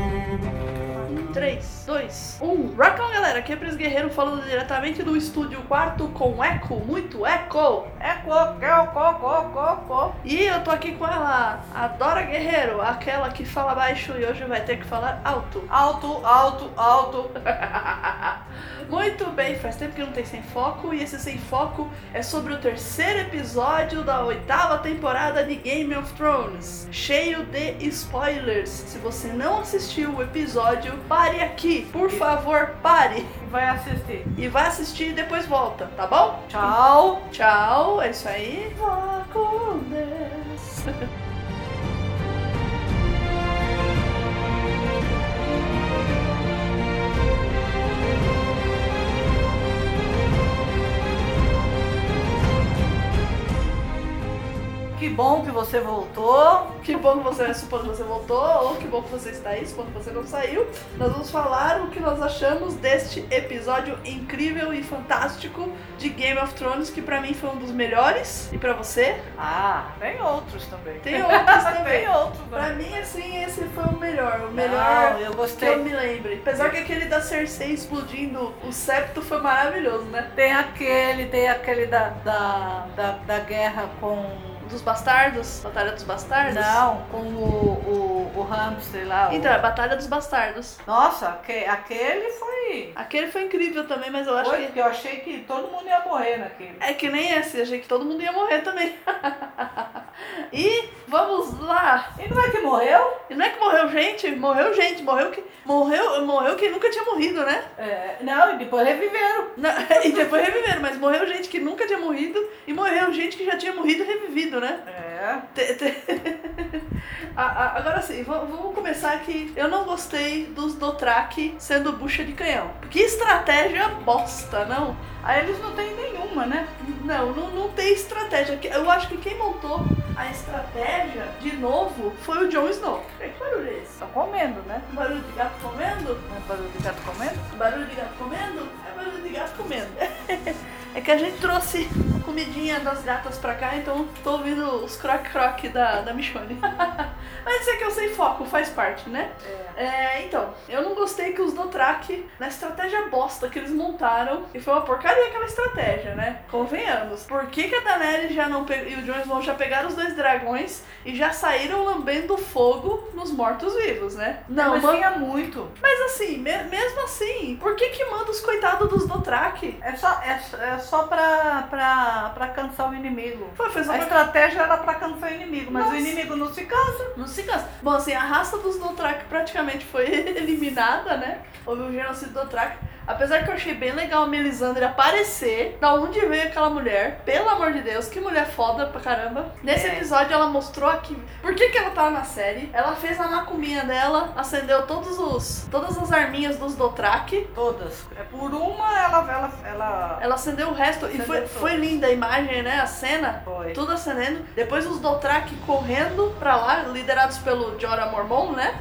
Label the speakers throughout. Speaker 1: Um, três, dois, um. Rock on, galera! Aqui é Pris Guerreiro falando diretamente do estúdio quarto com eco, muito eco! Eco, co, co, co, co, co. E eu tô aqui com ela, a Dora Guerreiro, aquela que fala baixo e hoje vai ter que falar alto. Alto, alto, alto. muito bem, faz tempo que não tem Sem Foco e esse Sem Foco é sobre o terceiro episódio da oitava temporada de Game of Thrones, cheio de spoilers. Se você não assistiu o episódio, pare aqui, por favor, pare
Speaker 2: Vai assistir.
Speaker 1: e vai assistir e depois volta, tá bom?
Speaker 2: Tchau.
Speaker 1: Tchau, é isso aí. Vá com Deus.
Speaker 2: Que bom que você voltou.
Speaker 1: Que bom que você supondo que você voltou, ou que bom que você está aí, supondo que você não saiu. Nós vamos falar o que nós achamos deste episódio incrível e fantástico de Game of Thrones, que pra mim foi um dos melhores. E pra você?
Speaker 2: Ah, tem outros também. Ah,
Speaker 1: Tem outros
Speaker 2: Tem
Speaker 1: também.
Speaker 2: outros.
Speaker 1: pra
Speaker 2: né? Ah,
Speaker 1: mim, assim, esse foi o melhor. O melhor
Speaker 2: Não, eu
Speaker 1: que
Speaker 2: gostei.
Speaker 1: eu me lembre. Apesar que aquele da Cersei explodindo o septo foi maravilhoso, né?
Speaker 2: Tem aquele, tem aquele da, da, da, da guerra com...
Speaker 1: Dos bastardos? Batalha dos bastardos?
Speaker 2: Não, com o, o, o hamster lá. o-
Speaker 1: Então, é Batalha dos Bastardos.
Speaker 2: Nossa, aque- aquele foi...
Speaker 1: Aquele foi incrível também, mas eu acho
Speaker 2: foi
Speaker 1: que.
Speaker 2: porque eu achei que todo mundo ia morrer naquele.
Speaker 1: É que nem esse, achei que todo mundo ia morrer também. e vamos lá!
Speaker 2: E não é que morreu?
Speaker 1: E não é que morreu gente? Morreu gente, morreu que. Morreu, morreu quem nunca tinha morrido, né?
Speaker 2: É, não, e depois reviveram.
Speaker 1: Na- e depois reviveram, mas morreu gente que nunca tinha morrido e morreu gente que já tinha morrido e revivido, né?
Speaker 2: É.
Speaker 1: Te- te- A- a- Agora sim, va- vamos começar aqui. Eu não gostei dos Dothraki sendo bucha de canhão. Que estratégia bosta, não?
Speaker 2: Aí eles não têm nenhuma, né?
Speaker 1: Não, não, não tem estratégia. Que- Eu acho que quem montou a estratégia de novo foi o Jon Snow. Que barulho é esse? Um
Speaker 2: Estão comendo, né?
Speaker 1: Barulho de gato comendo? Um
Speaker 2: Não é barulho de gato comendo?
Speaker 1: Barulho de gato comendo? É barulho de gato comendo. É que a gente trouxe comidinha das gatas pra cá, então tô ouvindo os croc-croc da, da Michonne. Mas isso é que eu sei foco, faz parte, né?
Speaker 2: É.
Speaker 1: É, então, eu não gostei que os Dothraki, na estratégia bosta que eles montaram, e foi uma porcaria aquela estratégia, né? Convenhamos. Por que, que a Daenerys já não pe- e o Jon Snow já pegaram os dois dragões e já saíram lambendo fogo nos mortos-vivos, né? Não,
Speaker 2: mas
Speaker 1: mano,
Speaker 2: tinha muito.
Speaker 1: mas assim, me- mesmo assim, por que que manda os coitados dos Dothraki?
Speaker 2: É só, é, só- é só pra, pra, pra cansar o inimigo.
Speaker 1: Foi, foi só
Speaker 2: A
Speaker 1: pra
Speaker 2: estratégia era pra cansar o inimigo, mas
Speaker 1: Nossa.
Speaker 2: o inimigo não se cansa.
Speaker 1: Não se cansa. Bom, assim, a raça dos Dothraki praticamente foi eliminada, né? Houve o genocídio do Dothraki. Apesar que eu achei bem legal a Melisandre aparecer, da onde veio aquela mulher. Pelo amor de Deus, que mulher foda pra caramba. Nesse
Speaker 2: É.
Speaker 1: episódio ela mostrou aqui por que, que ela tava na série. Ela fez a macuminha dela, acendeu todos os todas as arminhas dos Dothraki.
Speaker 2: Todas. É Por uma, ela. ela, ela...
Speaker 1: Ela acendeu o resto e
Speaker 2: Acendeu
Speaker 1: foi,
Speaker 2: todas.
Speaker 1: foi linda a imagem, né? A cena.
Speaker 2: Foi.
Speaker 1: Tudo acendendo. Depois os Dothraki correndo pra lá, liderados pelo Jorah Mormon, né?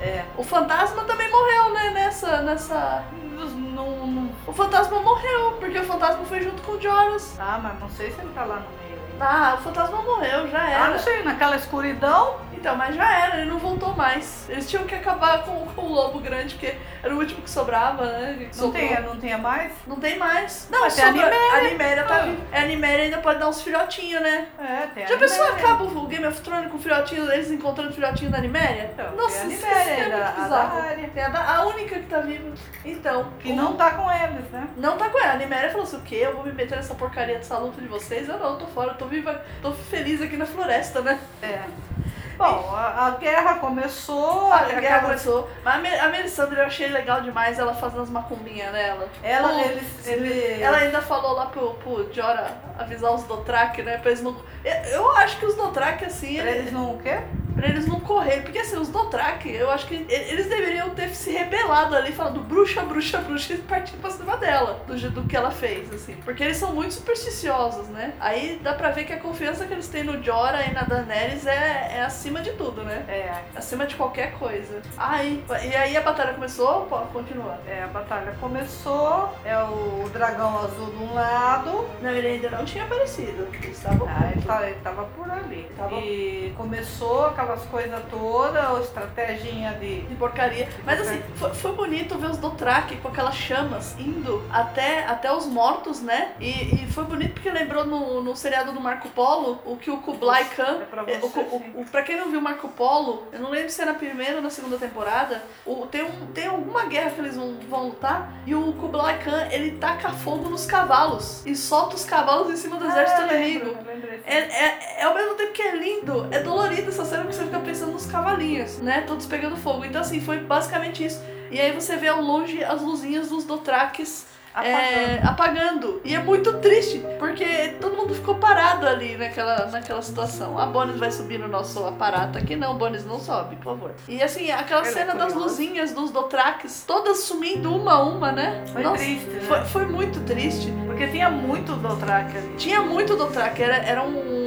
Speaker 2: É.
Speaker 1: O fantasma também morreu, né? Nessa, nessa.
Speaker 2: Não, não...
Speaker 1: O fantasma morreu, porque o fantasma foi junto com o Joras.
Speaker 2: Ah, mas não sei se ele tá lá no meio.
Speaker 1: Ah, o fantasma morreu, já
Speaker 2: Ah, não
Speaker 1: era.
Speaker 2: sei, naquela escuridão.
Speaker 1: Então, mas já era, ele não voltou mais. Eles tinham que acabar com, com o lobo grande, porque era o último que sobrava, né? que
Speaker 2: Não
Speaker 1: sobrou.
Speaker 2: tinha, não tinha mais?
Speaker 1: Não tem mais. Não,
Speaker 2: Mas tem a
Speaker 1: A Niméria tá
Speaker 2: Ah.
Speaker 1: viva. A Niméria ainda pode dar uns filhotinhos, né?
Speaker 2: É, tem
Speaker 1: Já
Speaker 2: a
Speaker 1: pensou
Speaker 2: Niméria.
Speaker 1: acaba o Game of Thrones com o filhotinho deles encontrando o filhotinho da Niméria?
Speaker 2: Então,
Speaker 1: Nossa,
Speaker 2: tem a
Speaker 1: isso
Speaker 2: Niméria,
Speaker 1: é
Speaker 2: a-
Speaker 1: muito
Speaker 2: a
Speaker 1: bizarro.
Speaker 2: Daria.
Speaker 1: Tem a, da- a única que tá viva. Então.
Speaker 2: Que
Speaker 1: o-
Speaker 2: não tá com eles, né?
Speaker 1: Não tá com ela. A Niméria falou assim: o quê? Eu vou me meter nessa porcaria dessa luta de vocês? Eu não, tô fora, eu tô viva, tô feliz aqui na floresta, né?
Speaker 2: É. Bom, a, a guerra começou.
Speaker 1: Olha, Ah, a guerra
Speaker 2: acabou-
Speaker 1: começou. Mas a Me- a Melisandre eu achei legal demais ela fazendo as macumbinhas nela.
Speaker 2: Ela,
Speaker 1: Pô,
Speaker 2: eles, ele,
Speaker 1: Ela ainda falou lá pro, pro Jora avisar os Dothraki, né? Pra eles não. Eu, eu acho que os Dothraki, assim,
Speaker 2: Pra
Speaker 1: eles,
Speaker 2: eles não o quê?
Speaker 1: Pra eles não correrem. Porque assim, os Dothraki, eu acho que e- eles deveriam ter se rebelado ali, falando bruxa, bruxa, bruxa, e partindo pra cima dela, do, je- do que ela fez, assim. Porque eles são muito supersticiosos, né? Aí dá pra ver que a confiança que eles têm no Jorah e na Daenerys é, é acima de tudo, né?
Speaker 2: É,
Speaker 1: Acima de qualquer coisa. Aí, e aí a batalha começou? Pô, continua.
Speaker 2: é, a batalha começou, é o dragão azul de um lado,
Speaker 1: Não, ele ainda não tinha aparecido. Ele estava
Speaker 2: ah, ele,
Speaker 1: oculto.
Speaker 2: tá, ele tava por ali.
Speaker 1: Tava-
Speaker 2: E começou aquelas coisas todas, a estratégia de...
Speaker 1: de porcaria. Mas assim,
Speaker 2: É.
Speaker 1: foi, foi bonito ver os Dothraki com aquelas chamas indo até, até os mortos, né? E, e foi bonito porque lembrou no, no seriado do Marco Polo o que o Kublai Khan.
Speaker 2: É pra
Speaker 1: é, O,
Speaker 2: você, sim.
Speaker 1: o, o- pra quem não viu Marco Polo, eu não lembro se é na primeira ou na segunda temporada, o, tem, um, tem alguma guerra que eles vão, vão lutar e o Kublai Khan ele taca fogo nos cavalos e solta os cavalos em cima do exército
Speaker 2: Ah, eu lembro,
Speaker 1: inimigo.
Speaker 2: eu lembrei, sim.
Speaker 1: É, é, é ao mesmo tempo que é lindo, é dolorido essa cena porque você fica pensando nos cavalinhos, né? Todos pegando fogo. Então, assim, foi basicamente isso. E aí você vê ao longe as luzinhas dos Dothraques
Speaker 2: Apagando.
Speaker 1: é, apagando. E é muito triste, porque todo mundo ficou parado ali naquela, naquela situação. A Bones vai subir no nosso aparato aqui. Não, Bones não sobe, por favor. E assim, aquela
Speaker 2: Ela é
Speaker 1: cena das
Speaker 2: curiosa.
Speaker 1: luzinhas dos Dothraques, todas sumindo uma a uma, né?
Speaker 2: Foi
Speaker 1: Nossa,
Speaker 2: triste, né?
Speaker 1: foi, foi muito triste.
Speaker 2: Porque tinha muito Dothraki ali.
Speaker 1: Tinha muito Dothrak, era, era um...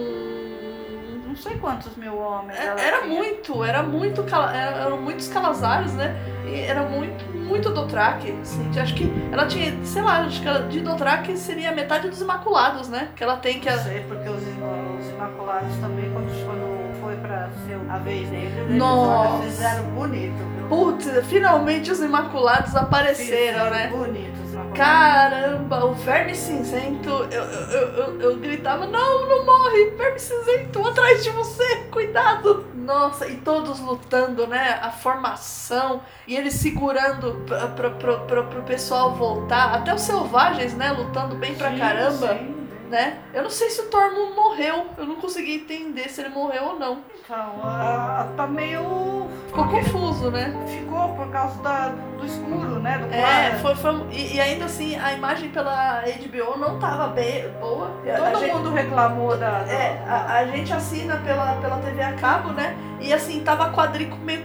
Speaker 2: Não sei quantos mil homens.
Speaker 1: É,
Speaker 2: ela
Speaker 1: Era
Speaker 2: tinha.
Speaker 1: muito, era muito, cala- era- eram muitos calazares, né? E era muito, muito Dothraki, assim, acho que ela tinha, sei lá, acho que ela, de Dothraki seria metade dos Imaculados, né? Que ela tem, que
Speaker 2: Não
Speaker 1: ela...
Speaker 2: sei, porque os, ima- os Imaculados também, quando, quando foi pra ser a vez deles, eles
Speaker 1: Nossa.
Speaker 2: olha, fizeram bonito. viu?
Speaker 1: Putz, finalmente os Imaculados apareceram,
Speaker 2: Fizeram
Speaker 1: né?
Speaker 2: Bonito os Imaculados.
Speaker 1: Caramba, o verme cinzento, eu, eu, eu, eu- eu gritava, não, não morre, verme cinzento, atrás de você, cuidado. Nossa, e todos lutando, né, a formação, e eles segurando pra, pra, pra, pra, pro pessoal voltar, até os selvagens, né, lutando bem pra
Speaker 2: Sim,
Speaker 1: caramba.
Speaker 2: sim.
Speaker 1: Né? Eu não sei se o Tormund morreu, eu não consegui entender se ele morreu ou não.
Speaker 2: Então, a- tá meio.
Speaker 1: Ficou confuso, né?
Speaker 2: Ficou por causa da- do escuro, né? Do
Speaker 1: É,
Speaker 2: claro.
Speaker 1: foi, foi- e, e ainda assim, a imagem pela HBO não tava bem, boa. A
Speaker 2: Todo
Speaker 1: gente-
Speaker 2: mundo reclamou da. da-
Speaker 1: É, a, a gente assina pela, pela TV a cabo, né? E assim, tava quadricu- meio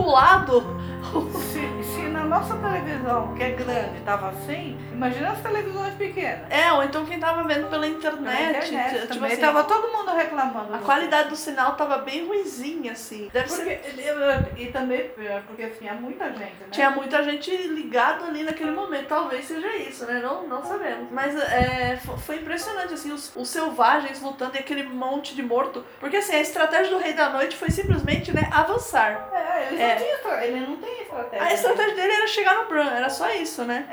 Speaker 1: quadriculado.
Speaker 2: Se, se na nossa televisão, que é grande, tava assim, imagina as televisões pequenas.
Speaker 1: É, ou então quem tava vendo pela internet.
Speaker 2: Na internet
Speaker 1: t- tipo
Speaker 2: também
Speaker 1: assim,
Speaker 2: tava todo mundo reclamando.
Speaker 1: A
Speaker 2: do-
Speaker 1: qualidade do sinal tava bem ruizinha, assim. Deve ser.
Speaker 2: Porque, eu- e também é, porque tinha muita gente, né?
Speaker 1: Tinha muita gente ligado ali naquele momento, talvez seja isso, né? Não, não sabemos. Mas é, fo- foi impressionante, assim, os, os selvagens lutando e aquele monte de morto. Porque, assim, a estratégia do Rei da Noite foi simplesmente, né, avançar.
Speaker 2: É, eles
Speaker 1: É.
Speaker 2: Não tinha estra... ele não tem estratégia. né?
Speaker 1: A estratégia dele era chegar no Bran, era só isso, né?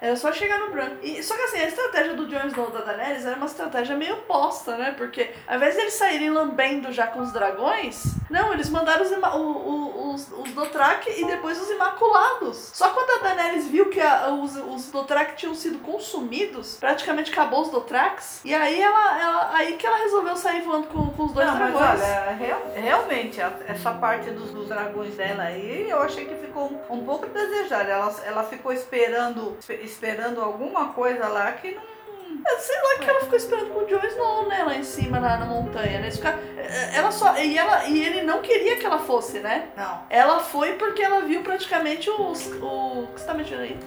Speaker 2: É,
Speaker 1: Era só chegar no branco. E, só que assim, a estratégia do Jon Snow da Daenerys era uma estratégia meio posta, né? Porque ao invés deles saírem lambendo já com os dragões, não, eles mandaram os, ima- o- o- os, os Dothraki e depois os Imaculados. Só quando a Daenerys viu que a- os, os Dothraki tinham sido consumidos, praticamente acabou os Dothraks, e aí ela, ela- aí que ela resolveu sair voando com, com os dois
Speaker 2: não, mas
Speaker 1: dragões.
Speaker 2: olha, real- realmente, a- essa parte dos, dos dragões dela aí, eu achei que ficou um, um pouco desejada. Ela, ela ficou esperando, espe- esperando alguma coisa lá que não.
Speaker 1: Sei lá que ela ficou esperando com o Jon Snow, né? Lá em cima, na, na montanha, né? Eles ficaram- Ela só. E, ela, e ele não queria que ela fosse, né?
Speaker 2: Não.
Speaker 1: Ela foi porque ela viu praticamente os. O, o que você tá mexendo aí?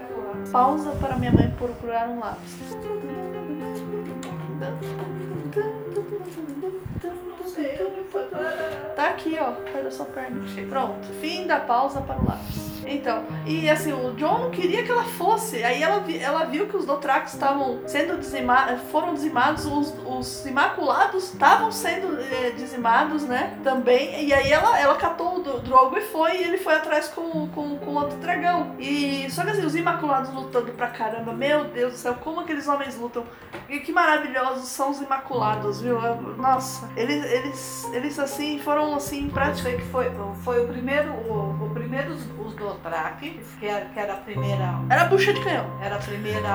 Speaker 1: Pausa para minha mãe procurar um lápis. Tá aqui, ó, perto da sua perna. Pronto, fim da pausa para o lápis. Então, e assim, o John não queria que ela fosse. Aí ela, vi- ela viu que os Dothrax estavam sendo dizimados, foram dizimados, os, os Imaculados estavam sendo eh, dizimados, né? Também. E aí ela, ela catou o Dro- Drogo e foi, e ele foi atrás com, com, com outro dragão. E só que assim, os Imaculados lutando pra caramba, meu Deus do céu, como aqueles homens lutam. E que maravilhosos são os Imaculados, viu? Eu- Nossa, eles, eles, eles assim foram assim
Speaker 2: Eu
Speaker 1: praticamente.
Speaker 2: sei que foi, foi o primeiro, o, o primeiro os, os Dothraki, que era, que era a primeira.
Speaker 1: Era bucha de canhão,
Speaker 2: Era a primeira.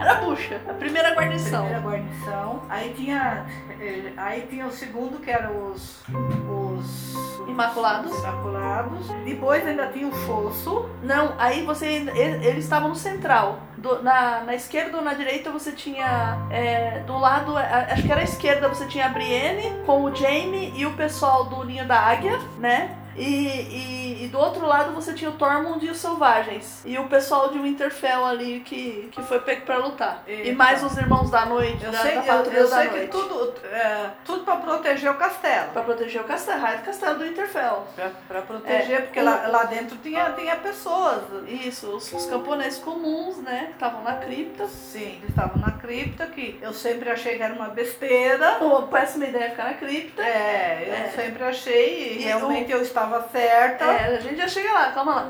Speaker 1: era bucha, a primeira guarnição.
Speaker 2: Primeira guarnição. Aí tinha, eh, aí tinha o segundo, que era os, os
Speaker 1: Imaculados.
Speaker 2: Imaculados. Depois ainda tinha o fosso.
Speaker 1: Não, aí você ainda- e- eles estavam no central do- na, na esquerda ou na direita você tinha. é, do lado, a- acho que era a esquerda, você tinha a Brienne com o Jaime e o pessoal do Ninho da Águia, né? E, e- e do outro lado você tinha o Tormund e os Selvagens. E o pessoal de Winterfell ali que, que foi pego pra lutar. E
Speaker 2: Eita.
Speaker 1: mais os Irmãos da Noite,
Speaker 2: Eu
Speaker 1: da,
Speaker 2: sei,
Speaker 1: da
Speaker 2: eu,
Speaker 1: Patrulha
Speaker 2: eu
Speaker 1: da
Speaker 2: sei que
Speaker 1: Noite.
Speaker 2: tudo, é, tudo para proteger o castelo.
Speaker 1: Pra proteger o castelo, raio do castelo do Winterfell.
Speaker 2: Pra, pra proteger, porque lá, lá dentro tinha, tinha pessoas.
Speaker 1: Isso, os, os camponeses comuns, né? Que estavam na cripta.
Speaker 2: Sim, eles assim, estavam na cripta, que eu sempre achei que era uma besteira.
Speaker 1: Uma péssima ideia ficar na cripta.
Speaker 2: É, eu
Speaker 1: É.
Speaker 2: sempre achei, e
Speaker 1: E
Speaker 2: realmente eu estava certa.
Speaker 1: É, a gente já chega lá, calma lá.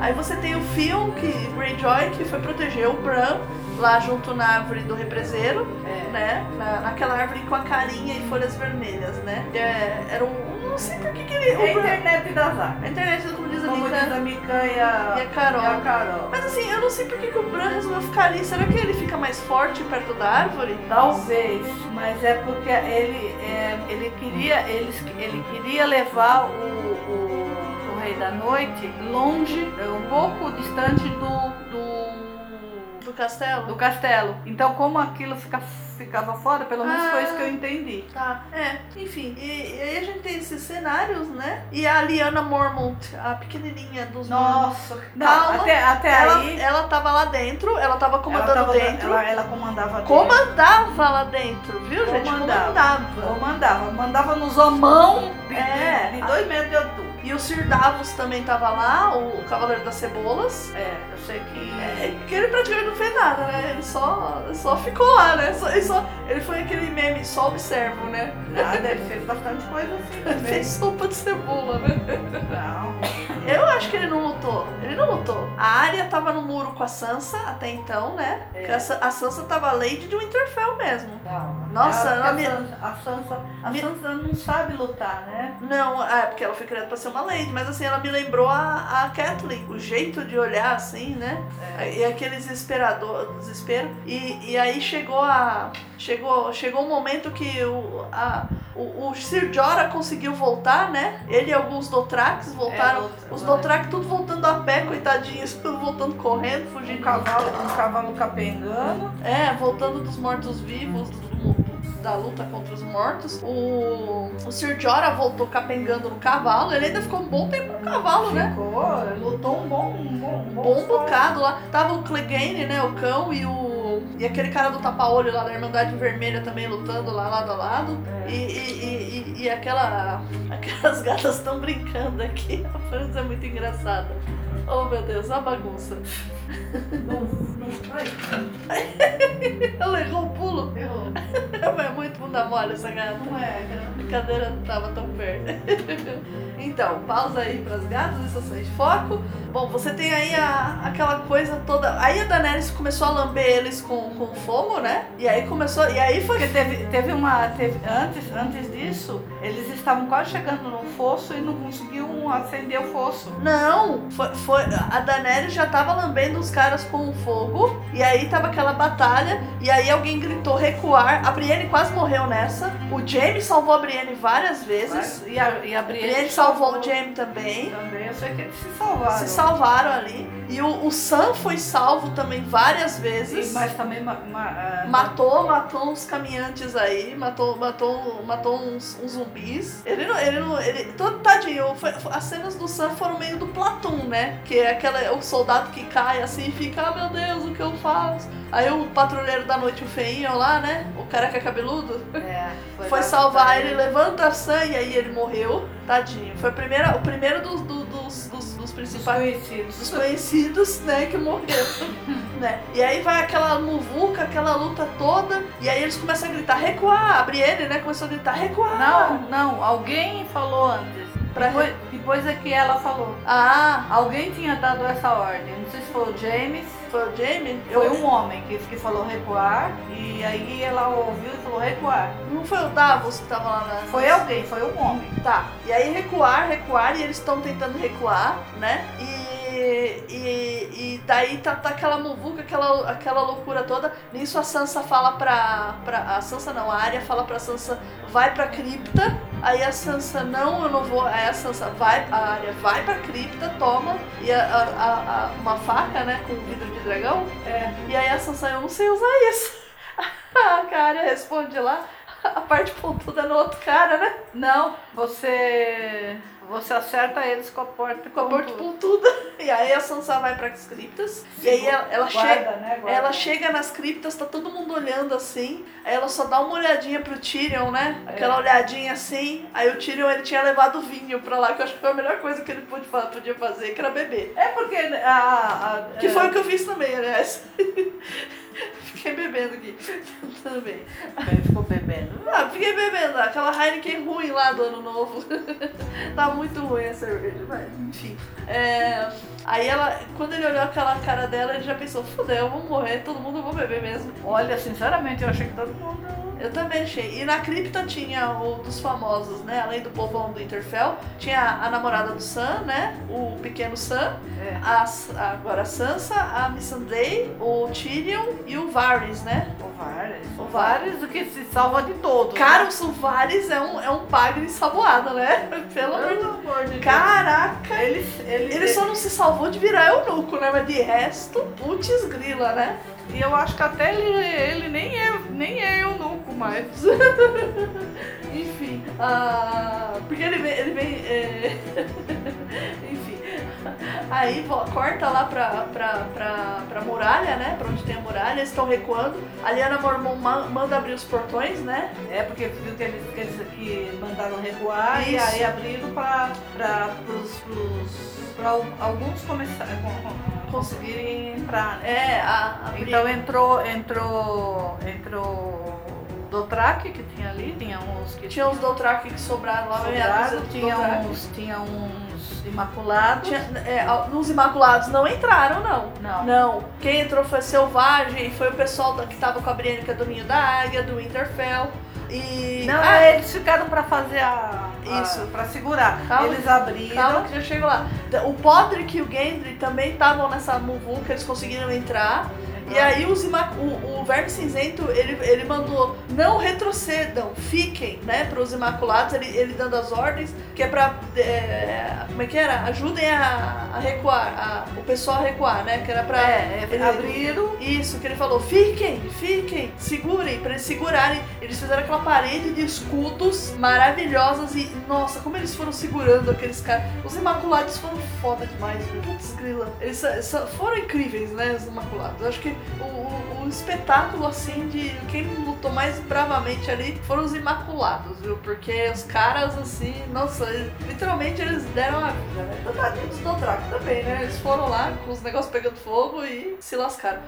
Speaker 1: Aí você tem o Fion, que Greyjoy, que foi proteger o Bran lá junto na árvore do represeiro,
Speaker 2: É.
Speaker 1: né? Na, naquela árvore com a carinha e folhas vermelhas, né? É, era um. Não sei por que que ele.
Speaker 2: É a
Speaker 1: O Bran,
Speaker 2: internet das águas.
Speaker 1: a internet do diz a
Speaker 2: Como diz
Speaker 1: Mica
Speaker 2: a Mica e a,
Speaker 1: e a Carol.
Speaker 2: e a Carol.
Speaker 1: Mas assim, eu não sei por que, que o Bran resolveu ficar ali. Será que ele fica mais forte perto da árvore?
Speaker 2: Talvez, mas é porque ele, é, ele, queria, ele, ele queria levar o, o, o Rei da Noite longe, é, um pouco distante do,
Speaker 1: Do
Speaker 2: do,
Speaker 1: castelo?
Speaker 2: do castelo. Então, como aquilo fica, ficava fora, pelo menos foi
Speaker 1: Ah.
Speaker 2: isso que eu entendi.
Speaker 1: Tá, é, enfim. E, e aí a gente tem esses cenários, né? E a Liana Mormont, a pequenininha dos Mormont,
Speaker 2: Nossa, não,
Speaker 1: Calma.
Speaker 2: até, até
Speaker 1: ela,
Speaker 2: aí.
Speaker 1: ela tava lá dentro, ela tava comandando
Speaker 2: ela, tava-
Speaker 1: dentro.
Speaker 2: ela, ela comandava dentro.
Speaker 1: Comandava lá dentro, viu, gente?
Speaker 2: Comandava.
Speaker 1: Comandava.
Speaker 2: Comandava, mandava nos homão de,
Speaker 1: É.
Speaker 2: de, de dois metros de altura.
Speaker 1: E o Sir Davos também tava lá, o Cavaleiro das Cebolas.
Speaker 2: É, eu sei que.
Speaker 1: É, que ele praticamente não fez nada, né? Ele só, só ficou lá, né? Só- ele, só, ele foi aquele meme, só observo, né?
Speaker 2: Nada, ele fez bastante coisa assim
Speaker 1: Ele
Speaker 2: também.
Speaker 1: fez sopa de cebola, né?
Speaker 2: Não.
Speaker 1: Eu acho que ele não lutou. Ele não lutou. A Arya tava no muro com a Sansa até então, né?
Speaker 2: É.
Speaker 1: Porque A, Sa- a Sansa tava Lady de Winterfell mesmo.
Speaker 2: Não.
Speaker 1: Nossa,
Speaker 2: Ela-
Speaker 1: ela me-
Speaker 2: a, Sansa, a Sansa, a
Speaker 1: me-
Speaker 2: Sansa não sabe lutar, né?
Speaker 1: Não, é porque ela foi criada pra ser uma Lady, mas assim, ela me lembrou a, a Catelyn. O jeito de olhar, assim, né?
Speaker 2: É.
Speaker 1: E aquele desesperador, desespero. E, e aí chegou a. Chegou, chegou um momento que o, a, o, o Sir Jorah conseguiu voltar, né? Ele e alguns Dothrax voltaram.
Speaker 2: É,
Speaker 1: Os
Speaker 2: outra-
Speaker 1: Dothrak tudo voltando a pé, coitadinhos, tudo voltando correndo,
Speaker 2: Um
Speaker 1: fugindo.
Speaker 2: cavalo, um cavalo capengano.
Speaker 1: É, voltando dos mortos-vivos, do- da luta contra os mortos. O, o Sir Jorah voltou capengando no cavalo, ele ainda ficou um bom tempo no cavalo, né?
Speaker 2: Ficou, lutou um bom, um bom, um
Speaker 1: Um
Speaker 2: bom,
Speaker 1: bom
Speaker 2: bocado.
Speaker 1: bocado lá. Tava o Clegane, né, o cão, e o... E aquele cara do tapa-olho lá da Irmandade Vermelha também lutando lá lado a lado.
Speaker 2: É.
Speaker 1: E, e, e, e- e aquela. Aquelas gatas estão brincando aqui. A França é muito engraçada. Oh meu Deus, a bagunça.
Speaker 2: Não, não- ai,
Speaker 1: Ela errou o pulo.
Speaker 2: ferrou.
Speaker 1: É muito bunda mole essa gata.
Speaker 2: Não é grande.
Speaker 1: Brincadeira não tava tão perto. então, pausa aí pras gatas, estações de foco. Bom, você tem aí a- aquela coisa toda. Aí a Daenerys começou a lamber eles com, com fogo, né? E aí começou. E aí foi.
Speaker 2: Porque teve, teve uma. Teve, antes, antes disso, eles estavam quase chegando no fosso e não conseguiam acender o fosso.
Speaker 1: Não, foi, foi- a Daenerys já tava lambendo os caras com o fogo, e aí tava aquela batalha, e aí alguém gritou recuar. A Brienne quase morreu nessa. O Jaime salvou a Brienne várias vezes.
Speaker 2: E, a, e a
Speaker 1: A
Speaker 2: Brienne
Speaker 1: Brienne salvou o Jaime também.
Speaker 2: Também, eu sei que eles se salvaram.
Speaker 1: se salvaram ali. E o, o Sam foi salvo também várias vezes.
Speaker 2: E- Mas também. ma- ma- ah,
Speaker 1: Matou, matou uns caminhantes aí, matou, matou, matou uns, uns zumbis. Ele não, ele não, ele, todo tadinho. foi- foi- as cenas do Sam foram meio do Platão, né? Que é aquela, o soldado que cai assim e fica, ah meu Deus, o que eu faço? Aí o patrulheiro da noite, o feinho lá, né? O cara que é cabeludo,
Speaker 2: É,
Speaker 1: foi
Speaker 2: lá-
Speaker 1: salvar ele, levanta a Sam e aí ele morreu. Tadinho. Foi a primeira, o primeiro dos, do- dos, dos, dos principais
Speaker 2: Suicídio.
Speaker 1: os conhecidos, né, que morreram, né? E aí vai aquela muvuca, aquela luta toda, e aí eles começam a gritar recuar, a Brienne, né, começou a gritar recuar.
Speaker 2: Não, não, alguém falou antes.
Speaker 1: Pra-
Speaker 2: Depois, depois é que ela falou.
Speaker 1: Ah,
Speaker 2: Alguém tinha dado essa ordem. Não sei se foi o James.
Speaker 1: foi o Jaime?
Speaker 2: Foi um homem que, que falou recuar. E aí ela ouviu e falou recuar.
Speaker 1: um, Não foi o Davos que tava lá na...
Speaker 2: Foi alguém, foi um homem.
Speaker 1: Tá, e aí recuar, recuar, e eles estão tentando recuar, né? E, e, e daí tá, tá aquela muvuca, aquela, aquela loucura toda. Nisso a Sansa fala pra, pra. A Sansa não, a Arya fala pra Sansa, vai pra cripta. Aí a Sansa, não, eu não vou. Aí a Sansa vai, a Arya vai pra cripta, toma. E a, a- a- a- uma faca, né? Com vidro de dragão.
Speaker 2: É.
Speaker 1: E aí a Sansa, eu não sei usar isso. a Arya responde lá, a parte pontuda no outro cara, né?
Speaker 2: Não, você. Você acerta eles com a porta.
Speaker 1: com a morte
Speaker 2: pontuda.
Speaker 1: pontuda. tipo, E aí a Sansa vai para as criptas. E aí ela, ela chega.
Speaker 2: Guarda, né? guarda.
Speaker 1: Ela chega nas criptas, tá todo mundo olhando assim. Aí ela só dá uma olhadinha pro Tyrion, né?
Speaker 2: É.
Speaker 1: Aquela olhadinha assim. Aí o Tyrion ele tinha levado vinho pra lá, que eu acho que foi a melhor coisa que ele pôde fa- podia fazer, que era beber.
Speaker 2: É porque a. a-
Speaker 1: Que
Speaker 2: é,
Speaker 1: foi o que eu fiz também, aliás. Fiquei bebendo aqui. Tudo bem.
Speaker 2: ele Ficou bebendo.
Speaker 1: Ah, fiquei bebendo aquela Heineken ruim lá do ano novo. tá muito ruim a cerveja, mas enfim. É, aí ela, quando ele olhou aquela cara dela, ele já pensou, fudeu, eu vou morrer, todo mundo eu vou beber mesmo.
Speaker 2: Olha, sinceramente, eu achei que todo mundo.
Speaker 1: Eu também achei. E na cripta tinha o dos famosos, né? Além do povão do Interfell, tinha a namorada do Sam, né? O pequeno Sam,
Speaker 2: É.
Speaker 1: a, S- agora a Sansa, a Missandei, o Tyrion e o Varys, né?
Speaker 2: O Vares.
Speaker 1: O
Speaker 2: O
Speaker 1: Varys.
Speaker 2: Vares, o que se salva de todo.
Speaker 1: Cara, o Suvares é um, é um pagre ensaboado, né? Pelo amor de Deus.
Speaker 2: amor de
Speaker 1: Caraca!
Speaker 2: Ele, ele,
Speaker 1: Ele só não se salvou de virar eunuco, né? Mas de resto, putz grila, né?
Speaker 2: E eu acho que até ele, ele nem, é, nem é eunuco mais.
Speaker 1: Enfim, ah, porque ele vem. Ele vem é, Enfim. Aí vo- corta lá pra, pra, pra, pra muralha, né? Pra onde tem a muralha, eles estão recuando. A Liana Mormon ma- manda abrir os portões, né?
Speaker 2: É porque viu que eles, que eles que mandaram recuar e
Speaker 1: Isso.
Speaker 2: aí abriram para pros, pros, pra al- alguns começarem, conseguirem entrar, né?
Speaker 1: É, a, a
Speaker 2: Então entrou, entrou, entrou o Dothraki que tinha ali, tinha uns que
Speaker 1: tinha os Dothraki que sobraram lá,
Speaker 2: sobraram,
Speaker 1: meia dúzia de
Speaker 2: tinha um
Speaker 1: Dothraki.
Speaker 2: uns, tinha uns imaculados.
Speaker 1: Tinha, é, os Imaculados não entraram, não.
Speaker 2: Não.
Speaker 1: Não, quem entrou foi Selvagem, foi o pessoal da- que tava com a Brienne, que é do Ninho da Águia, do Winterfell. E.
Speaker 2: Não,
Speaker 1: Ah,
Speaker 2: é, eles ficaram pra fazer a. a-
Speaker 1: Isso.
Speaker 2: pra segurar.
Speaker 1: Calma,
Speaker 2: eles abriram.
Speaker 1: Calma que já chego lá. O Podrick e o Gendry também estavam nessa muvuca, eles conseguiram entrar. E
Speaker 2: Ah.
Speaker 1: aí os ima- o, o Verme Cinzento, ele, ele mandou, não retrocedam, fiquem, né, pros Imaculados, ele, ele dando as ordens, que é pra, é, como é que era? Ajudem a, a recuar, a- o pessoal a recuar, né, que era pra...
Speaker 2: É,
Speaker 1: ele-
Speaker 2: é, abriram.
Speaker 1: Isso, que ele falou, fiquem, fiquem, segurem, pra eles segurarem. Eles fizeram aquela parede de escudos maravilhosas e, nossa, como eles foram segurando aqueles caras. Os Imaculados foram foda demais, viu? putz grila. Eles sa- sa- foram incríveis, né, os Imaculados. Eu acho que o, o- o espetáculo, assim, de quem lutou mais bravamente ali foram os Imaculados, viu? Porque os caras, assim, nossa, eles- literalmente eles deram a vida, né? Tadinho dos Dothraki também, né? Eles foram lá com os negócios pegando fogo e se lascaram.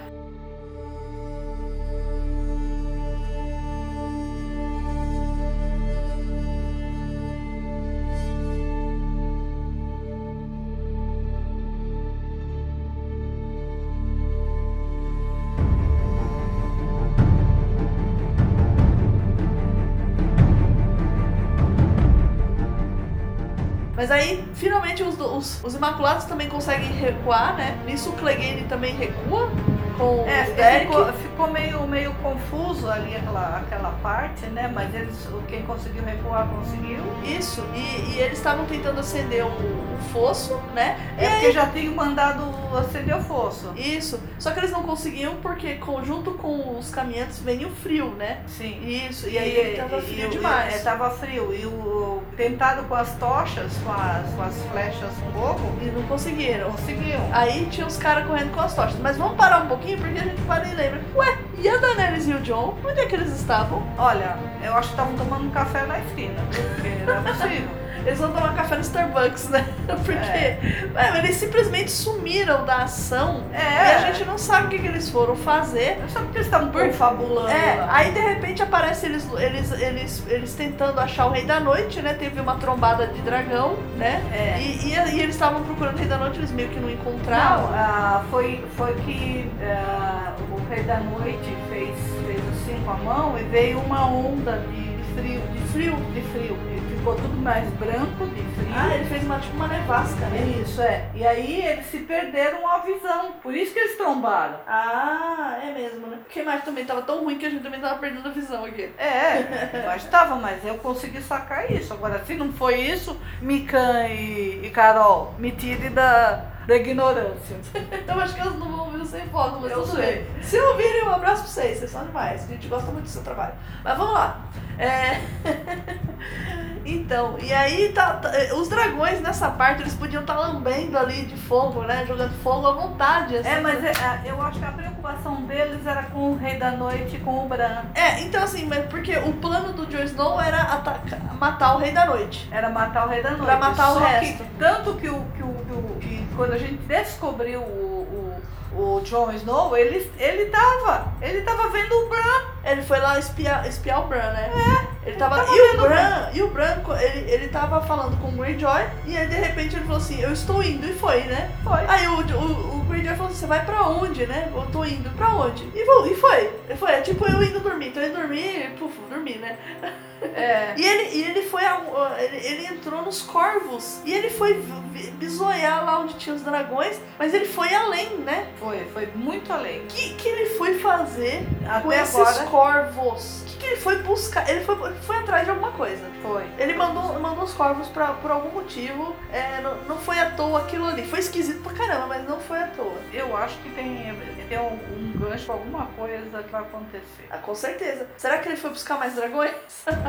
Speaker 1: Mas aí, finalmente, os, do- os, os Imaculados também conseguem recuar, né? Nisso o Clegane também recua com
Speaker 2: É,
Speaker 1: o Derek.
Speaker 2: ficou, ficou meio, meio confuso ali aquela, aquela parte, né? Mas eles, quem conseguiu recuar conseguiu.
Speaker 1: Isso, e, e eles estavam tentando acender o, o fosso, né?
Speaker 2: É porque já tinham mandado acender o fosso.
Speaker 1: Isso. Só que eles não conseguiam porque com- junto com os caminhantes vem o frio, né?
Speaker 2: Sim.
Speaker 1: Isso, e tá, aí ele tava frio
Speaker 2: o-
Speaker 1: demais.
Speaker 2: É, tava frio. E o tentado com as tochas, com as, com as flechas fogo,
Speaker 1: E não conseguiram.
Speaker 2: conseguiu.
Speaker 1: Aí tinha os caras correndo com as tochas. Mas vamos parar um pouquinho porque a gente para e lembra. Ué, e a Daenerys e o John? Onde é que eles estavam?
Speaker 2: Olha, eu acho que estavam tomando um café na esquina, porque não é possível.
Speaker 1: Eles vão tomar café no Starbucks, né? Porque mano, eles simplesmente sumiram da ação e a gente não sabe o que, que eles foram fazer.
Speaker 2: É, Eu sabe que eles estavam confabulando.
Speaker 1: É,
Speaker 2: lá.
Speaker 1: aí de repente aparece eles, eles, eles, eles tentando achar o Rei da Noite, né? Teve uma trombada de dragão, né?
Speaker 2: É.
Speaker 1: E, e, e eles estavam procurando o Rei da Noite, eles meio que não
Speaker 2: Não,
Speaker 1: encontraram.
Speaker 2: ah, foi, foi que ah, o Rei da Noite fez, fez assim com a mão e veio uma onda de, de frio, de frio, de frio. E ficou tudo mais branco, de frio.
Speaker 1: Ah, ele fez uma, tipo uma nevasca,
Speaker 2: É
Speaker 1: né?
Speaker 2: Isso, é. E aí eles se perderam a visão. Por isso que eles trombaram.
Speaker 1: Ah, é mesmo, né? Porque mais também tava tão ruim que a gente também tava perdendo a visão aqui.
Speaker 2: É, eu estava, mas eu consegui sacar isso. Agora, se não foi isso, Mikan e, e Carol, me tire da, da ignorância.
Speaker 1: Eu Então, acho que elas não vão ouvir o sem foco, mas
Speaker 2: Eu
Speaker 1: tudo bem. Se ouvirem, um abraço pra vocês, vocês são demais. A gente gosta muito do seu trabalho. Mas vamos lá. É... então, e aí tá, tá- eh, os dragões nessa parte, eles podiam estar lambendo ali de fogo, né? Jogando fogo à vontade. assim.
Speaker 2: É, mas é, é, eu acho que a preocupação deles era com o Rei da Noite e com o Bran.
Speaker 1: É, então assim, mas porque o plano do Jon Snow era atacar, matar o Rei da Noite.
Speaker 2: Era matar o Rei da Noite.
Speaker 1: Pra matar o
Speaker 2: Só
Speaker 1: resto.
Speaker 2: Que, tanto que, o, que, o, que, o- que quando a gente descobriu o, o, o Jon Snow, ele, ele tava. Ele tava vendo o Bran.
Speaker 1: Ele foi lá espiar, espiar o Bran, né? É. Ele tava.
Speaker 2: tava
Speaker 1: e, o
Speaker 2: vendo
Speaker 1: Bran, e o Bran, co- ele, ele tava falando com o Greyjoy, e aí de repente ele falou assim: Eu estou indo, e foi, né?
Speaker 2: Foi.
Speaker 1: Aí o, o, o Greyjoy falou assim, você vai pra onde, né? Eu tô indo pra onde? E, vou, e foi. E foi, é tipo eu indo dormir. Então eu dormi e puf, dormi, né?
Speaker 2: É.
Speaker 1: E ele, e ele foi, a, ele, ele entrou nos corvos. E ele foi vi- bizoiar lá onde tinha os dragões, mas ele foi além, né?
Speaker 2: Foi, foi muito além.
Speaker 1: O que, que ele foi fazer com
Speaker 2: Até
Speaker 1: esses
Speaker 2: agora
Speaker 1: corvos? O que, que ele foi buscar? Ele foi, ele foi atrás de alguma coisa.
Speaker 2: foi.
Speaker 1: Ele mandou, mandou os corvos pra, por algum motivo. É, não, não foi à toa aquilo ali. Foi esquisito pra caramba, mas não foi à toa.
Speaker 2: Eu acho que tem, tem um, um gancho, alguma coisa que vai acontecer.
Speaker 1: Ah, com certeza. Será que ele foi buscar mais dragões?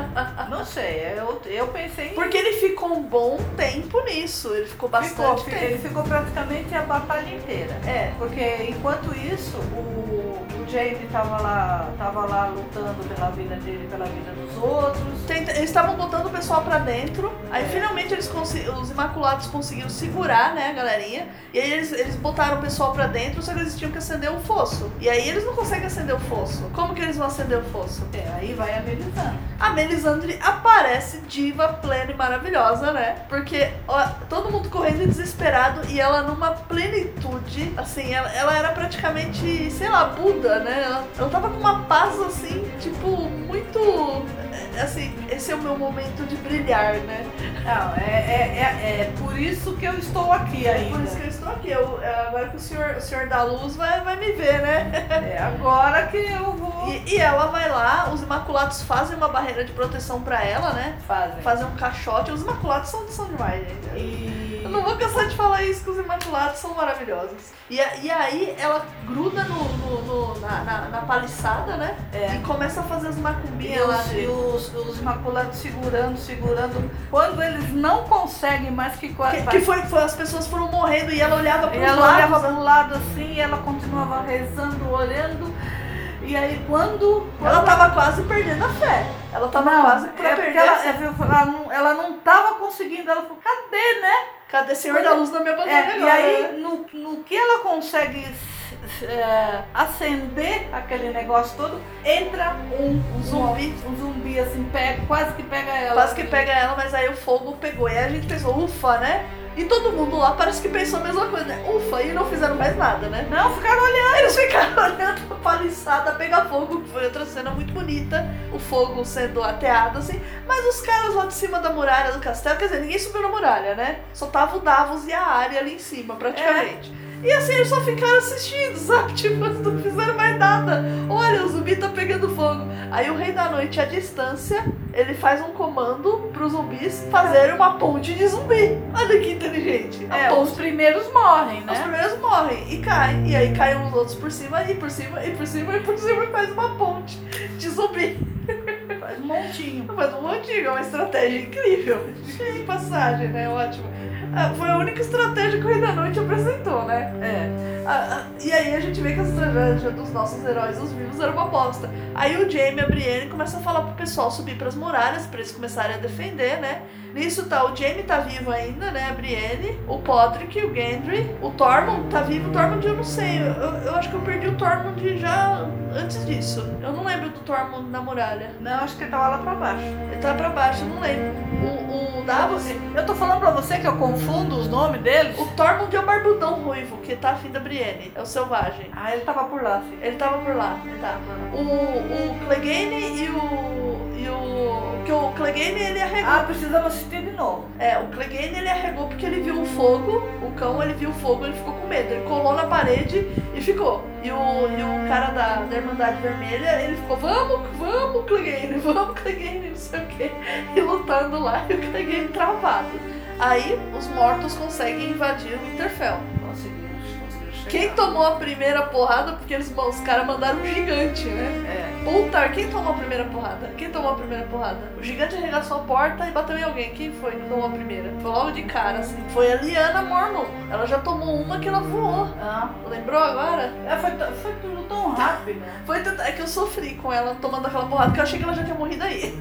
Speaker 2: Não sei, eu, eu pensei em.
Speaker 1: Porque ele ficou um bom tempo nisso. Ele ficou bastante
Speaker 2: ficou,
Speaker 1: tempo.
Speaker 2: ele ficou praticamente a batalha inteira.
Speaker 1: É.
Speaker 2: Porque enquanto isso, o, o Jamie tava lá, tava lá lutando pela vida dele, pela vida dos outros.
Speaker 1: Tenta- Eles estavam botando o pessoal pra dentro. Aí
Speaker 2: É.
Speaker 1: finalmente eles consi- os Imaculados conseguiram segurar, né, a galerinha. E aí eles, eles botaram o pessoal pra dentro, só que eles tinham que acender o fosso. E aí eles não conseguem acender o fosso. Como que eles vão acender o fosso?
Speaker 2: É, aí vai amenizando.
Speaker 1: A Melisandre aparece diva, plena e maravilhosa, né? Porque ó, todo mundo correndo desesperado e ela numa plenitude, assim, ela, ela era praticamente, sei lá, Buda, né? Ela, ela tava com uma paz, assim, tipo, muito. é, Assim, esse é o meu momento de brilhar, né?
Speaker 2: Não, é, é, é, é por isso que eu estou aqui
Speaker 1: É por
Speaker 2: ainda.
Speaker 1: isso que eu estou aqui. Eu, é, agora que o senhor, o senhor da luz vai, vai me ver, né?
Speaker 2: É agora que eu vou
Speaker 1: E, e ela vai lá, os Imaculados fazem uma barreira de proteção pra ela, né?
Speaker 2: fazer.
Speaker 1: Fazer um caixote. Os Imaculados são, são demais, gente.
Speaker 2: E...
Speaker 1: Eu não vou cansar de falar isso, que os Imaculados são maravilhosos. E, a- e aí ela gruda no, no- no- na, na- na paliçada, né?
Speaker 2: É.
Speaker 1: E começa a fazer as
Speaker 2: E
Speaker 1: macumbinhas lá
Speaker 2: os, e
Speaker 1: dele.
Speaker 2: os, os maculados segurando, segurando. Quando eles não conseguem mais que quase.
Speaker 1: Que, que foi, foi- as pessoas foram morrendo e ela olhava para
Speaker 2: E
Speaker 1: os
Speaker 2: ela
Speaker 1: lados.
Speaker 2: olhava para um lado assim e ela continuava rezando, olhando. E aí quando. quando
Speaker 1: Ela tava quase perdendo a fé. Ela tava
Speaker 2: Não,
Speaker 1: quase pra
Speaker 2: é porque
Speaker 1: perder a
Speaker 2: ela,
Speaker 1: fé.
Speaker 2: é, ela, não, ela não tava conseguindo, ela falou, cadê, né?
Speaker 1: Cadê Senhor da Luz na minha bandeira
Speaker 2: É, e
Speaker 1: agora? né?
Speaker 2: aí, no, no que ela consegue s- s- é, acender aquele negócio todo, entra um, um
Speaker 1: Zumbi.
Speaker 2: Um zumbi assim, pega, quase que pega ela.
Speaker 1: Quase que pega ela, mas aí o fogo pegou. E aí a gente pensou, ufa, né? E todo mundo lá parece que pensou a mesma coisa, né? Ufa, e não fizeram mais nada, né?
Speaker 2: Não, ficaram olhando.
Speaker 1: Eles ficaram olhando a paliçada pegar fogo, que foi outra cena muito bonita, o fogo sendo ateado assim. Mas os caras lá de cima da muralha do castelo, quer dizer, ninguém subiu na muralha, né? Só tava o Davos e a área ali em cima, praticamente.
Speaker 2: É.
Speaker 1: E assim, eles só ficaram assistindo, sabe? Tipo, eles não fizeram mais nada. Olha, o zumbi tá pegando fogo. Aí o Rei da Noite, à distância, ele faz um comando pros zumbis fazerem uma ponte de zumbi. Olha que inteligente. A
Speaker 2: É,
Speaker 1: ponte
Speaker 2: os primeiros morrem,
Speaker 1: os
Speaker 2: né?
Speaker 1: primeiros morrem e caem. E aí caem os outros por cima, e por cima, e por cima, e por cima, e faz uma ponte de zumbi.
Speaker 2: Faz um montinho.
Speaker 1: Mas um montinho, é uma estratégia incrível. De passagem, né? Ótimo. Ah, Foi a única estratégia que o Rei da Noite apresentou, né? É. Ah, ah, E aí a gente vê que a estratégia dos nossos heróis, os vivos, era uma aposta. Aí o Jamie e a Brienne começam a falar pro pessoal subir pras muralhas, pra eles começarem a defender, né? Nisso tá, o Jamie tá vivo ainda, né? A Brienne, o Podrick, o Gendry, o Tormund tá vivo. O Tormund eu não sei, eu, eu acho que eu perdi o Tormund já antes disso. Eu não lembro do Tormund na muralha.
Speaker 2: Não, acho que ele tava lá pra baixo.
Speaker 1: Ele tá pra baixo, eu não lembro. O, o Davos,
Speaker 2: Eu tô falando pra você que eu confundo os nomes deles.
Speaker 1: O Tormund é o barbudão ruivo, que tá afim da Brienne. É o selvagem.
Speaker 2: Ah, ele tava por lá, filho.
Speaker 1: Ele tava por lá, ele tava. O, o Clegane e o... E o... Que o Clegane, ele arregou.
Speaker 2: Ah, precisamos assistir de novo.
Speaker 1: É, o Clegane, ele arregou porque ele viu o fogo. O cão, ele viu o fogo, ele ficou com medo. Ele colou na parede e ficou. E o, e o cara da, da Irmandade Vermelha, ele ficou... Vamos, vamos, Clegane, vamos, Clegane, não sei o quê. E lutando lá, e o Clegane travado. Aí, os mortos conseguem invadir o Winterfell.
Speaker 2: Conseguimos, conseguimos chegar.
Speaker 1: Quem tomou a primeira porrada, porque eles, bom, os caras mandaram um gigante, né?
Speaker 2: É.
Speaker 1: Puta, quem tomou a primeira porrada? Quem tomou a primeira porrada? O gigante arregaçou a porta e bateu em alguém. Quem foi que tomou a primeira? Foi logo de cara, assim. Foi a Liana Mormon. Ela já tomou uma que ela voou.
Speaker 2: Ah.
Speaker 1: Lembrou agora?
Speaker 2: É, foi, t- foi tudo tão rápido.
Speaker 1: Foi tanto... É que eu sofri com ela tomando aquela porrada, que eu achei que ela já tinha morrido aí.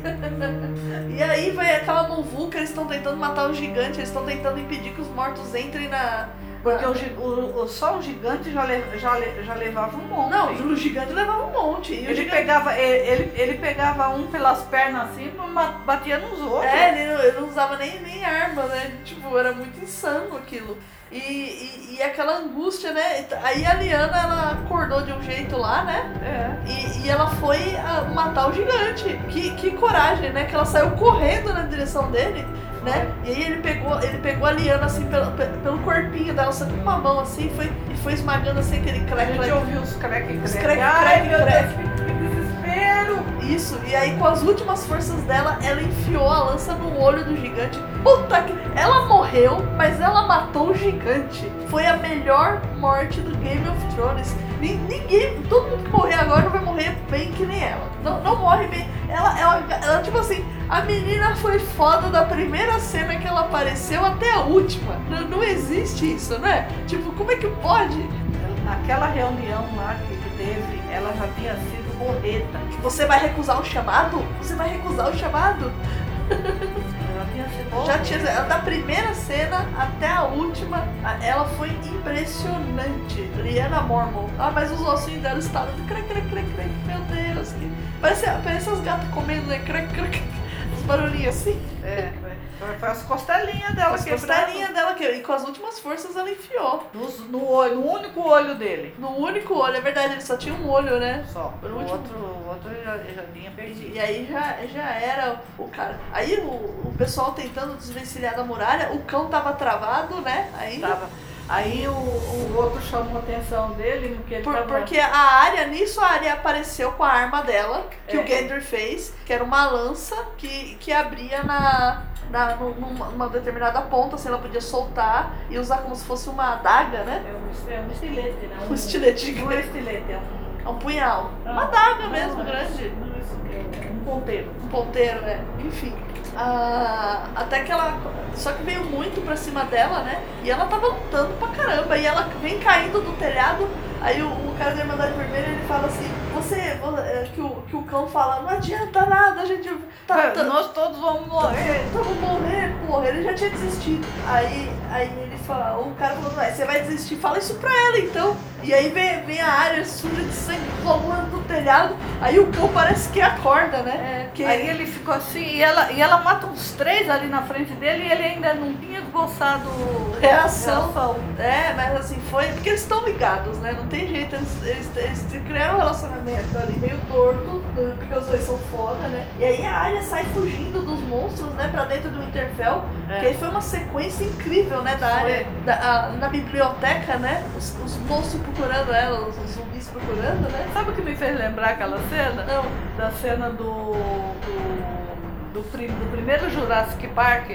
Speaker 1: e aí vai aquela muvuca, eles estão tentando matar o gigante, eles estão tentando impedir que os mortos entrem na...
Speaker 2: Porque o, gi- o, o, só o gigante já, le, já, le, já levava um monte.
Speaker 1: Não, o gigante levava um monte. E o
Speaker 2: Ele
Speaker 1: gigante...
Speaker 2: pegava, ele, ele, ele pegava um pelas pernas assim e ma- batia nos outros.
Speaker 1: É, ele não, ele não usava nem, nem arma, né? Tipo, era muito insano aquilo. E, e, e aquela angústia, né? Aí a Liana, ela acordou de um jeito lá, né?
Speaker 2: É.
Speaker 1: E, e ela foi ah, matar o gigante. Que, que coragem, né? Que ela saiu correndo na direção dele, né? E aí ele pegou, ele pegou a Liana, assim, pelo, pe- pelo corpinho dela, só com uma mão, assim, e foi, e foi esmagando, assim, aquele
Speaker 2: A gente
Speaker 1: clec-clec.
Speaker 2: ouviu os creque
Speaker 1: Os
Speaker 2: creque.
Speaker 1: creque,
Speaker 2: Ai,
Speaker 1: creque,
Speaker 2: meu
Speaker 1: creque.
Speaker 2: Deus, que desespero!
Speaker 1: Isso, e aí com as últimas forças dela, ela enfiou a lança no olho do gigante. Puta que. Ela morreu, mas ela matou o gigante. Foi a melhor morte do Game of Thrones. Ni- Ninguém, todo mundo que morrer agora vai morrer bem que nem ela. Não, não morre bem. Ela, ela, ela, tipo assim, a menina foi foda da primeira cena que ela apareceu até a última. Não, não existe isso, né? Tipo, como é que pode?
Speaker 2: Naquela reunião lá que ele teve, ela já tinha sido borreta.
Speaker 1: Você vai recusar o chamado? Você vai recusar o chamado?
Speaker 2: Ela tinha sido
Speaker 1: Já
Speaker 2: borreta.
Speaker 1: tinha, da primeira cena até a última, a- ela foi impressionante. Liana Mormon. Ah, mas os ossinhos dela estavam crec, crec, crec, crec. Meu Deus. Que... Parece, parece as gatas comendo, né? Crec, crec, crec. Os barulhinhos assim.
Speaker 2: É, foi, foi as costelinhas dela
Speaker 1: As
Speaker 2: quebrando.
Speaker 1: costelinhas dela, que, e com as últimas forças ela enfiou.
Speaker 2: Nos- no, olho, no único olho dele.
Speaker 1: No único olho, é verdade, ele só tinha um olho, né?
Speaker 2: Só.
Speaker 1: Por
Speaker 2: o
Speaker 1: último.
Speaker 2: outro, o outro já, já tinha perdido.
Speaker 1: E aí já, já era o cara. Aí o, o pessoal tentando desvencilhar da muralha, o cão tava travado, né? Ainda.
Speaker 2: Tava. Aí o, o outro chamou a atenção dele, porque ele
Speaker 1: Por-
Speaker 2: tava...
Speaker 1: porque a área, nisso a área apareceu com a arma dela, que
Speaker 2: É.
Speaker 1: o Gendry fez, que era uma lança que, que abria na, na, num- numa, numa determinada ponta, assim, ela podia soltar e usar como se fosse uma adaga, né?
Speaker 2: É um, é um estilete, né?
Speaker 1: Um estilete
Speaker 2: Não
Speaker 1: gigante.
Speaker 2: é estilete, é um...
Speaker 1: É um punhal. Uma
Speaker 2: Ah.
Speaker 1: adaga mesmo, grande.
Speaker 2: Não, isso é Um ponteiro.
Speaker 1: Um ponteiro, né? Enfim. Ah, até que ela. Só que veio muito pra cima dela, né? E ela tava lutando pra caramba. E ela vem caindo do telhado. Aí o, o cara da Irmandade Vermelha ele fala assim: Você. vo- é, Que o, que o cão fala, não adianta nada, a gente.
Speaker 2: É,
Speaker 1: Tá, tá,
Speaker 2: Nós todos vamos morrer.
Speaker 1: Vamos morrer, porra. Ele já tinha desistido. Aí, aí ele fala, o cara falou, ué, você vai desistir, fala isso pra ela então. E aí vem, vem a área suja de sangue rolando do telhado. Aí o cão parece que acorda, né? Que-
Speaker 2: É, Aí ele ficou assim, e ela, e ela mata uns três ali na frente dele e ele ainda não tinha esboçado
Speaker 1: Reação. É, mas assim, foi porque eles estão ligados, né? Não tem jeito, eles, eles, eles criaram um relacionamento ali meio torto, né? porque os dois são foda, né? E aí a Arya sai fugindo dos monstros, né, pra dentro do Interfell,
Speaker 2: É.
Speaker 1: que aí foi uma sequência incrível, né, da Arya, da- a- na biblioteca, né, os, os monstros procurando ela, os, os zumbis procurando, né?
Speaker 2: Sabe o que me fez lembrar aquela cena?
Speaker 1: Não,
Speaker 2: Da cena do. do, do, prim- do primeiro Jurassic Park.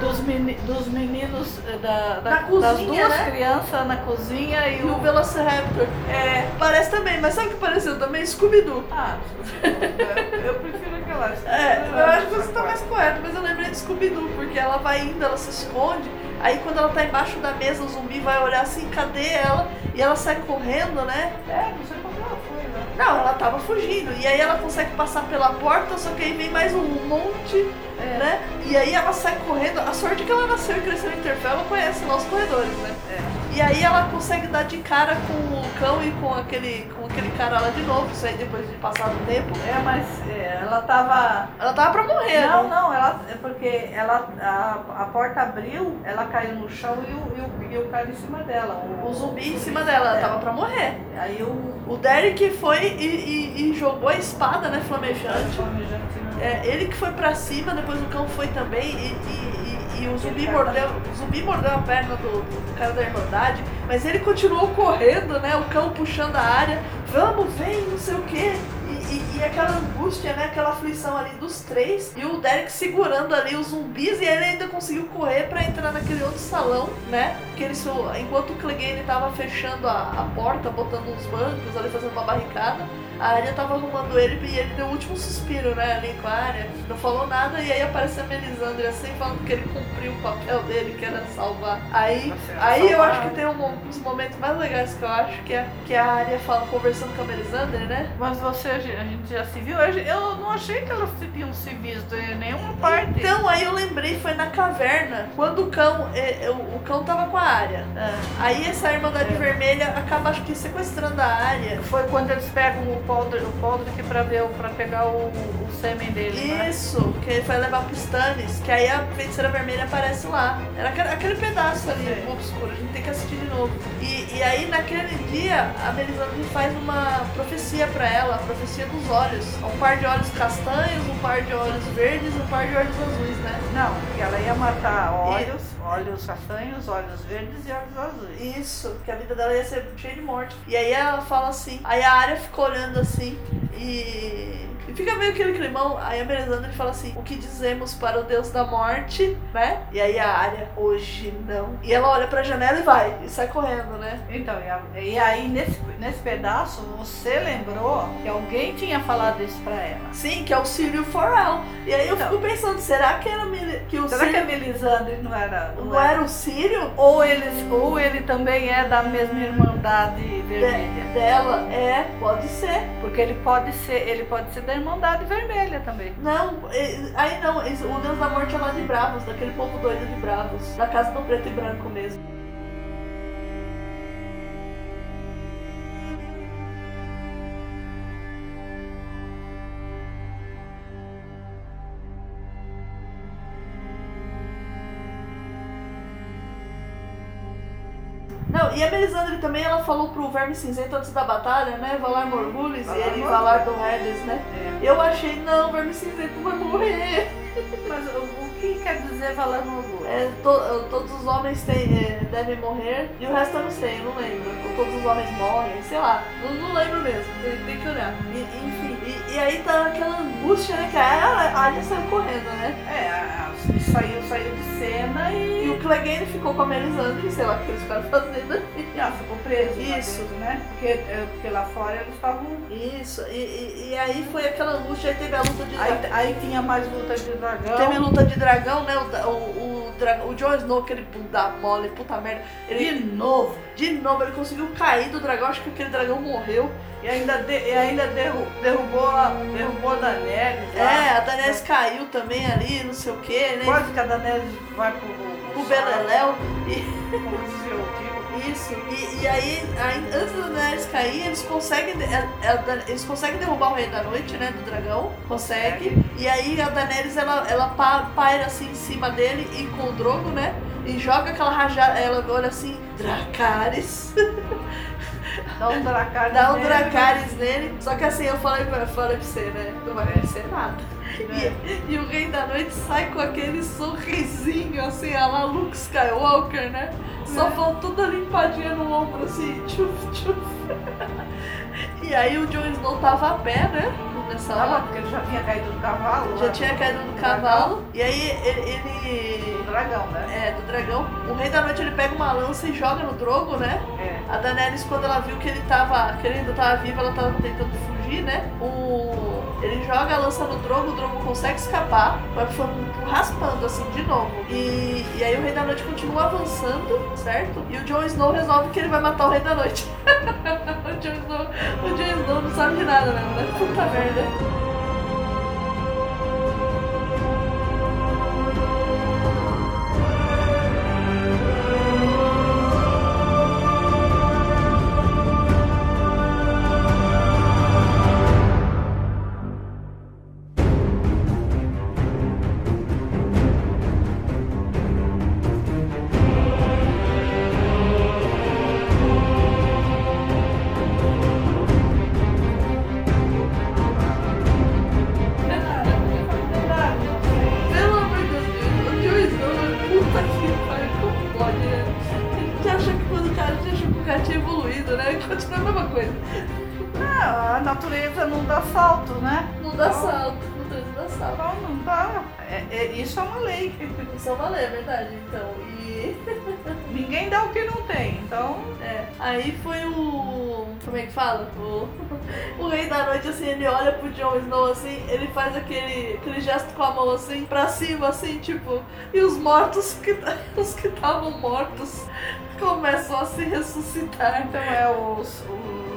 Speaker 2: Dos, meni- dos meninos eh, da,
Speaker 1: Ah!
Speaker 2: da-
Speaker 1: Na cozinha,
Speaker 2: das duas
Speaker 1: né?
Speaker 2: crianças na cozinha e
Speaker 1: e o
Speaker 2: o.
Speaker 1: Velociraptor.
Speaker 2: É.
Speaker 1: Parece também, mas sabe o que pareceu também? Scooby-Doo.
Speaker 2: Ah, eu prefiro aquela.
Speaker 1: É, eu acho que você tá mais correto, mas eu lembrei de Scooby-Doo, porque ela vai indo, ela se esconde. Aí quando ela tá embaixo da mesa, o zumbi vai olhar assim, cadê ela? E ela sai correndo, né?
Speaker 2: É, não sei como ela foi, né?
Speaker 1: Não, ela tava fugindo. E aí ela consegue passar pela porta, só que aí vem mais um monte,
Speaker 2: É.
Speaker 1: né? E aí ela sai correndo. A sorte é que ela nasceu e cresceu em Interfell, ela conhece lá os corredores, né?
Speaker 2: É.
Speaker 1: E aí ela consegue dar de cara com o cão e com aquele, com aquele cara lá de novo, isso aí depois de passar do tempo.
Speaker 2: É, mas é, ela tava.
Speaker 1: Ela tava pra morrer, né?
Speaker 2: Não, não, ela. É porque ela, a, a porta abriu, ela caiu no chão e o, e o, e o cara em cima dela.
Speaker 1: O zumbi em cima dela, ela
Speaker 2: É.
Speaker 1: tava pra morrer.
Speaker 2: Aí o.
Speaker 1: O Derek foi e, e- e jogou a espada, né, flamejante.
Speaker 2: Flamejante.
Speaker 1: É, ele que foi pra cima, depois o cão foi também e, e- e- e o zumbi
Speaker 2: cara
Speaker 1: mordeu. O zumbi mordeu a perna do, do cara da Irmandade, mas ele continuou correndo, né? O cão puxando a área, vamos, vem, não sei o quê. E, e- e aquela angústia, né? Aquela aflição ali dos três. E o Derek segurando ali os zumbis e ele ainda conseguiu correr pra entrar naquele outro salão, né? Que eles, enquanto o Clegane tava fechando a, a porta, botando uns bancos ali, fazendo uma barricada. A Arya tava arrumando ele e ele deu o último suspiro, né, ali com a Arya. Não falou nada e aí aparece a Melisandre assim, falando que ele cumpriu o papel dele, que era salvar. Aí,
Speaker 2: Nossa,
Speaker 1: aí eu
Speaker 2: salvar.
Speaker 1: acho que tem um, um dos momentos mais legais que eu acho, que é que a Arya fala conversando com a Melisandre, né?
Speaker 3: Mas você, a gente já se viu? Eu- Eu não achei que elas tinham se visto em nenhuma parte.
Speaker 1: Então aí eu lembrei, foi na caverna, quando o cão, eh, eh, o o cão tava com a Arya.
Speaker 3: É.
Speaker 1: Aí essa Irmandade Vermelha acaba, acho que, sequestrando a Arya.
Speaker 3: Foi quando eles pegam o Podrick, o Podrick pra, ver, pra pegar o, o sêmen dele, né?
Speaker 1: Isso, que ele foi levar pro Stannis, que aí a feiticeira vermelha aparece lá. Era aquele, aquele pedaço ali,
Speaker 2: Sim.
Speaker 1: um pouco escuro, a gente tem que assistir de novo. E, e aí naquele dia, a Melisandre faz uma profecia pra ela, a profecia dos olhos. Um par de olhos castanhos, um par de olhos verdes e um par de olhos azuis, né?
Speaker 2: Não, porque ela ia matar olhos, olhos castanhos, olhos verdes e olhos azuis.
Speaker 1: Isso, que a vida dela ia ser cheia de morte. E aí ela fala assim, aí a Arya fica olhando assim e. E fica meio aquele climão, aí a Melisandre fala assim, o que dizemos para o deus da morte, né? E aí a Arya, hoje não. E ela olha pra janela e vai, e sai correndo, né?
Speaker 2: Então, e, a- e aí nesse, nesse pedaço você lembrou que alguém tinha falado isso pra ela.
Speaker 1: Sim, que é o Círio Forel. E aí eu
Speaker 2: Então.
Speaker 1: fico pensando, será que era Meli- que o
Speaker 2: Será que
Speaker 1: Círio
Speaker 2: a Melisandre não era?
Speaker 1: não era o Círio?
Speaker 2: Ou, eles, ou ele também é da mesma Irmandade Vermelha.
Speaker 1: Dela? É, pode ser.
Speaker 2: Porque ele pode ser, ele pode ser da Irmandade Vermelha também.
Speaker 1: Não, eh, aí não, esse- o Deus da Morte é lá de Bravos, daquele povo doido de Bravos, da casa do preto e branco mesmo. Não, e a Melisandre também, ela falou pro Verme Cinzento antes da batalha, né? Valar Morgulis e
Speaker 2: Valar
Speaker 1: ele
Speaker 2: Morghulis.
Speaker 1: Valar do Redes, né?
Speaker 2: É.
Speaker 1: Eu achei, não, verme cinzento vai morrer.
Speaker 2: Mas o, o que quer dizer falar no orgulho?
Speaker 1: É, to- todos os homens têm, é, devem morrer e o resto eu não sei, eu não lembro. Ou todos os homens morrem, sei lá. Não, não lembro mesmo, tem, tem que olhar. E- enfim, e, e aí tá aquela angústia, né? Que a a Arya saiu correndo, né?
Speaker 2: É, a- a- saiu, saiu de cena e
Speaker 1: E o Clegane ficou com a Melisandre, sei lá o que eles ficaram fazendo.
Speaker 2: Ah, ficou preso. lá
Speaker 1: Isso.
Speaker 2: dentro, né? Porque, é, porque lá fora eles estavam.
Speaker 1: Isso, e, e- e aí foi aquela angústia, aí teve a luta de
Speaker 2: Aí, aí tinha mais luta de dragão.
Speaker 1: Teve luta de dragão, né? O, da- o, o, dra- o Jon Snow, aquele bunda mole, puta merda. Ele, de novo? De novo, ele conseguiu cair do dragão, acho que aquele dragão morreu.
Speaker 2: E ainda, de- e ainda derru, derrubou, a- derrubou a Daenerys. lá.
Speaker 1: É, a Daenerys caiu também ali, não sei o que, né?
Speaker 2: Quase que a Daenerys vai pro.
Speaker 1: O Beleléu,
Speaker 2: Como se eu digo.
Speaker 1: isso. E, e aí, aí, antes da Daenerys cair, eles conseguem, de- a- a Dan- eles conseguem derrubar o Rei da Noite, né? Do dragão. Consegue. E aí a Daenerys, ela, ela pa- paira assim em cima dele e com o Drogo, né? E joga aquela rajada, ela olha assim, Dracarys.
Speaker 2: Dá um dracar.
Speaker 1: Dá um
Speaker 2: nele.
Speaker 1: Dracarys nele. Só que assim, eu falei, pra- eu falei pra você, né? Não vai acontecer nada. né?
Speaker 2: É.
Speaker 1: E, e o Rei da Noite sai com aquele sorrisinho, assim, a lá Luke Skywalker, né? Só faltou toda limpadinha no ombro, assim, tchuf, tchuf. E aí o Jon Snow tava a pé, né? Nessa
Speaker 2: Dá lá,
Speaker 1: hora.
Speaker 2: porque ele já tinha caído do cavalo. né?
Speaker 1: Já
Speaker 2: lá,
Speaker 1: tinha
Speaker 2: do-
Speaker 1: caído do
Speaker 2: do
Speaker 1: cavalo. E aí ele- ele
Speaker 2: Do dragão, né?
Speaker 1: é, do dragão. O rei da noite ele pega uma lança e joga no drogo, né?
Speaker 2: É.
Speaker 1: A Daenerys, quando ela viu que ele tava. que ele ainda tava vivo, ela tava tentando fugir, né? O. Ele joga a lança no Drogo, o Drogo consegue escapar, mas foi raspando assim de novo. E, e aí o Rei da Noite continua avançando, certo? E o Jon Snow resolve que ele vai matar o Rei da Noite. o, Jon Snow, o Jon Snow não sabe de nada mesmo, né? Puta merda. é né? né?
Speaker 2: Ah, né? isso Então, é uma lei.
Speaker 1: Isso é uma lei, é verdade. Então, e.
Speaker 2: Ninguém dá o que não tem, então. É.
Speaker 1: Aí foi o. Como é que fala? O, o rei da noite, assim, ele olha pro Jon Snow assim, ele faz aquele, aquele gesto com a mão assim, pra cima, assim, tipo. E os mortos que os que estavam mortos começam a se ressuscitar.
Speaker 2: Então é os... os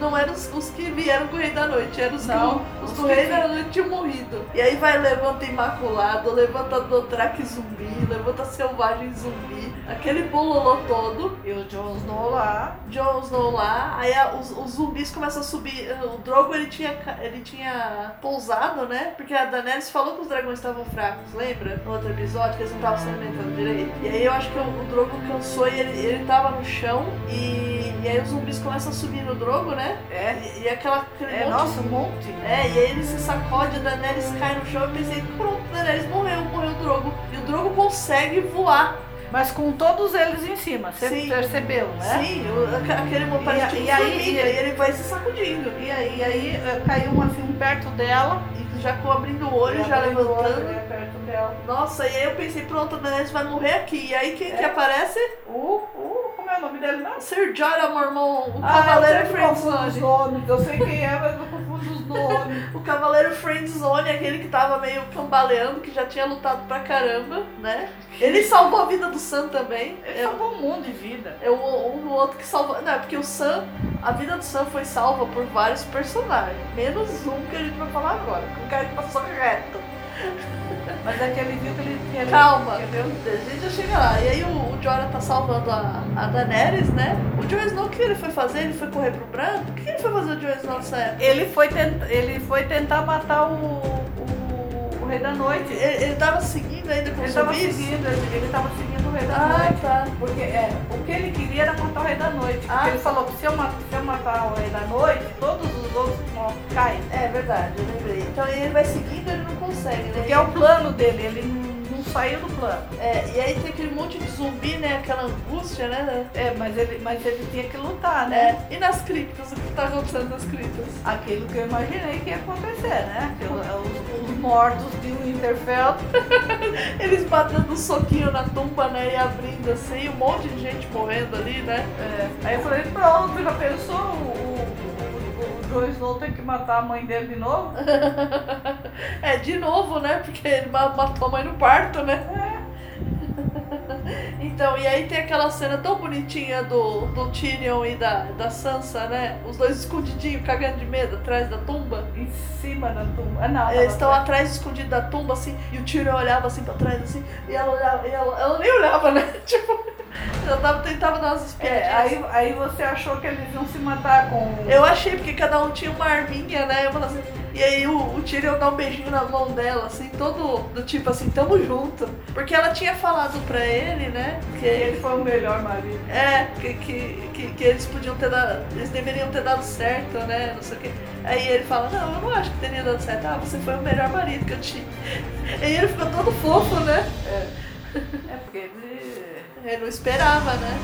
Speaker 1: não eram os, os, que vieram com o Rei da Noite, eram os, não, que, os, os do Rei da Noite tinham morrido. E aí vai levanta Imaculado, levanta Dothraki zumbi, levanta Selvagem zumbi, aquele bololô todo.
Speaker 2: E o Jon Snow lá.
Speaker 1: Jon Snow lá, aí a, os, os, zumbis começam a subir, o Drogo ele tinha, ele tinha pousado, né? Porque a Daenerys falou que os dragões estavam fracos, lembra? No outro episódio, que eles não estavam se alimentando direito. E aí eu acho que o, o Drogo cansou e ele, ele tava no chão e, e aí os zumbis começam a subir no Drogo, né?
Speaker 2: É.
Speaker 1: E, e aquela, aquele
Speaker 2: é, monte. Nossa, um monte.
Speaker 1: É, e aí ele se sacode, a Daenerys cai no chão e pensei, pronto, Daenerys morreu, morreu o Drogo. E o Drogo consegue voar.
Speaker 2: Mas com todos eles em cima, você Sim. percebeu, né?
Speaker 1: Sim, o, aquele momento
Speaker 2: e, e, e, aí,
Speaker 1: e aí ele vai se sacudindo.
Speaker 2: E aí, e aí caiu um assim perto dela
Speaker 1: e já ficou abrindo o olho, já, já levantando. Olho, né,
Speaker 2: perto dela.
Speaker 1: Nossa, e aí eu pensei, pronto, a Daenerys vai morrer aqui. E aí quem é. que aparece?
Speaker 2: O, o como é o nome dele não?
Speaker 1: Sir Jorah Mormon, o ah, Cavaleiro Friendzone.
Speaker 2: Nomes, eu sei quem é, mas eu confundo os nomes.
Speaker 1: o Cavaleiro Friendzone, aquele que tava meio cambaleando, que já tinha lutado pra caramba, né? Ele salvou a vida do Sam também.
Speaker 2: Ele é, salvou um monte de vida.
Speaker 1: É o, um, o outro que salvou. Não, é porque o Sam, a vida do Sam foi salva por vários personagens. Menos um que a gente vai falar agora, que o cara que passou reto.
Speaker 2: Mas é que ele viu que ele tinha.
Speaker 1: Calma, entendeu? a gente já chega lá. E aí o, o Jorah tá salvando a, a Daenerys, né? O Jon Snow, o que ele foi fazer? Ele foi correr pro branco? O que ele foi fazer o Jon Snow nessa época?
Speaker 2: Ele foi, tenta, ele foi tentar matar o, o, o Rei da Noite.
Speaker 1: Ele, ele tava seguindo ainda com
Speaker 2: ele
Speaker 1: os
Speaker 2: tava zumbis? seguindo, ele, ele tava seguindo o Rei da
Speaker 1: ah,
Speaker 2: Noite.
Speaker 1: Tá.
Speaker 2: Porque é, o que ele queria era matar o Rei da Noite. Porque ah. ele falou que se eu, se eu matar o Rei da Noite, todos os outros morrem, caem.
Speaker 1: É verdade, eu lembrei. Então ele vai seguindo, ele não consegue, né?
Speaker 2: Porque é o plano dele, ele saiu do plano.
Speaker 1: É, e aí tem aquele monte de zumbi, né? Aquela angústia, né?
Speaker 2: É, mas ele, mas ele tinha que lutar, né?
Speaker 1: É. E nas criptas, o que tá acontecendo nas criptas?
Speaker 2: Aquilo que eu imaginei que ia acontecer, né? Aquilo, os, os, mortos de Winterfell.
Speaker 1: Eles batendo um soquinho na tumba, né? E abrindo assim, um monte de gente morrendo ali, né?
Speaker 2: É. Aí eu falei, pronto, já pensou o Jon Snow tem que matar a mãe dele de novo?
Speaker 1: é, de novo, né? Porque ele matou a mãe no parto, né?
Speaker 2: É.
Speaker 1: Então, e aí tem aquela cena tão bonitinha do, do Tyrion e da, da Sansa, né? Os dois escondidinhos, cagando de medo atrás da tumba.
Speaker 2: Em cima da tumba. Ah, não.
Speaker 1: Eles estão atrás, escondidos da tumba, assim, e o Tyrion olhava assim pra trás, assim, e ela olhava, e ela, ela nem olhava, né? Tipo. Eu tava, tentava dar umas espiadinhas.
Speaker 2: É, aí, aí você achou que eles iam se matar com.
Speaker 1: Eu achei, porque cada um tinha uma arminha, né? Assim, e aí o, o Tyrion dá um beijinho na mão dela, assim, todo do tipo assim, tamo junto. Porque ela tinha falado pra ele, né?
Speaker 2: Que ele foi o melhor marido.
Speaker 1: É, que, que, que, que eles podiam ter dado. Eles deveriam ter dado certo, né? Não sei o quê. Aí ele fala, não, eu não acho que teria dado certo. Ah, você foi o melhor marido que eu tive. E aí ele ficou todo fofo, né?
Speaker 2: É. É porque ele
Speaker 1: eu não esperava, né?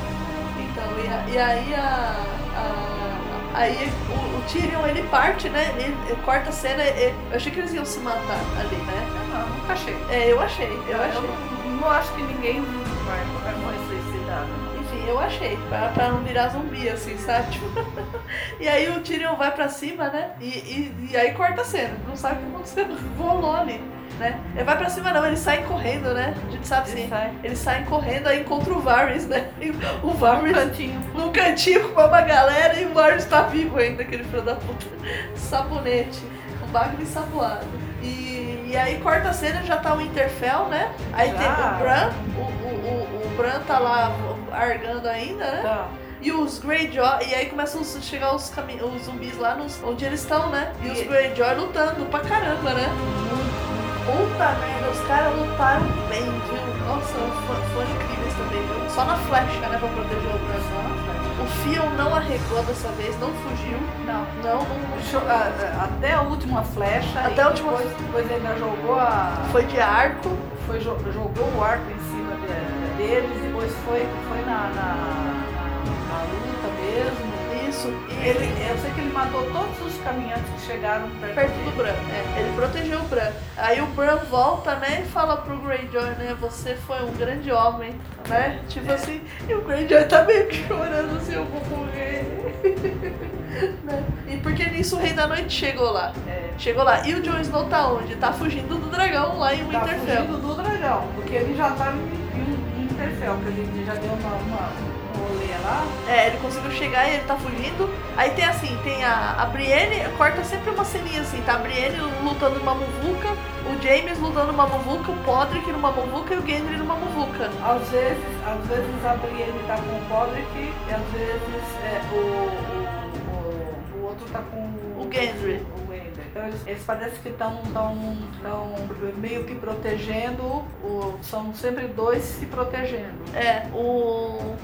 Speaker 1: Então, e, a, e aí a, a, a Aí o, o Tyrion ele parte, né? Ele, ele corta a cena. ele- eu achei que eles iam se matar ali, né?
Speaker 2: Não, não, nunca achei.
Speaker 1: É, eu achei, eu
Speaker 2: Eu,
Speaker 1: achei.
Speaker 2: não, não acho que ninguém vai, vai morrer suicidado.
Speaker 1: Enfim, eu achei, pra, pra não virar zumbi, assim, sabe? Tipo, e aí o Tyrion vai pra cima, né? E, e, e aí corta a cena, não sabe o que aconteceu, volou ali, né? Ele vai pra cima não, ele sai correndo, né? A gente sabe
Speaker 2: Ele
Speaker 1: sim.
Speaker 2: sai.
Speaker 1: Eles saem correndo, aí encontra o Varys, né? E o Varys
Speaker 2: Cantinho.
Speaker 1: num cantinho com uma galera e o Varys tá vivo ainda, aquele filho da puta. Sabonete. Um bagulho ensaboado. E, e aí corta a cena, já tá o Interfell, né? Aí tem
Speaker 2: Já.
Speaker 1: o Bran, o, o, o, o Bran tá lá argando ainda, né?
Speaker 2: Tá.
Speaker 1: E os Greyjoy, e aí começam a chegar os, cami- os zumbis lá nos, onde eles estão, né? E os
Speaker 2: E-
Speaker 1: Greyjoy lutando pra caramba, né? Puta merda, os caras lutaram bem, viu? Nossa, fo- foram incríveis também, viu? Só na flecha, né? Pra proteger o Bran. O Fion não arregou dessa vez, não fugiu.
Speaker 2: Não.
Speaker 1: Não, não
Speaker 2: Cho- a- a- ah, Até a última flecha.
Speaker 1: Até
Speaker 2: e
Speaker 1: a última-
Speaker 2: Depois, depois ainda jogou a.
Speaker 1: foi de arco.
Speaker 2: foi, jo- jogou o arco em cima de- deles, depois foi, foi na, na, na- na luta mesmo.
Speaker 1: Isso. E
Speaker 2: Ele,
Speaker 1: ele
Speaker 2: eu sei que ele matou todos os caminhantes que chegaram perto,
Speaker 1: perto do
Speaker 2: dele.
Speaker 1: Bran, é. Ele protegeu o Bran. Aí o Bran volta, né, e fala pro Greyjoy, né, você foi um grande homem, né? Tipo assim, e o Greyjoy tá meio que chorando assim, eu vou morrer. Né? E porque nisso o Rei da Noite chegou lá.
Speaker 2: É.
Speaker 1: Chegou lá. E o Jon Snow tá onde? Tá fugindo do dragão lá em
Speaker 2: Tá
Speaker 1: Winterfell.
Speaker 2: fugindo do dragão, porque ele já tá em, em, em Interfell, que ele já deu uma, uma um rolê lá.
Speaker 1: É, ele conseguiu chegar e ele tá fugindo. Aí tem assim, tem a, a Brienne, corta sempre uma ceninha assim, tá? A Brienne lutando numa muvuca, o James lutando numa muvuca, o Podrick numa muvuca e o Gendry numa muvuca.
Speaker 2: Às vezes, às vezes a Brienne tá com o Podrick e às vezes é, o, o, o, o outro tá com
Speaker 1: O Gendry.
Speaker 2: O Gendry. Então, eles, eles parecem que estão tão, tão meio que protegendo, o- são sempre dois se protegendo.
Speaker 1: É, o.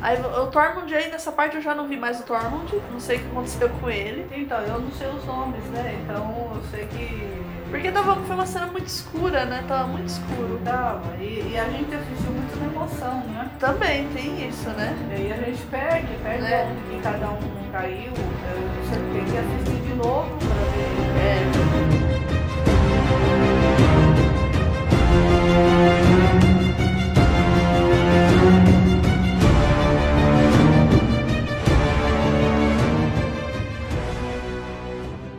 Speaker 1: Aí o Tormund aí nessa parte eu já não vi mais o Tormund, não sei o que aconteceu com ele.
Speaker 2: Então, eu não sei os nomes, né? Então eu sei que
Speaker 1: Porque tava, foi uma cena muito escura, né? Tava muito escuro.
Speaker 2: dava. E, e a gente assistiu muito na emoção, né?
Speaker 1: Também tem isso, né?
Speaker 2: E aí a gente perde, perde
Speaker 1: É.
Speaker 2: onde que cada um caiu. Eu sempre tem que assistir de novo pra ver.
Speaker 1: É.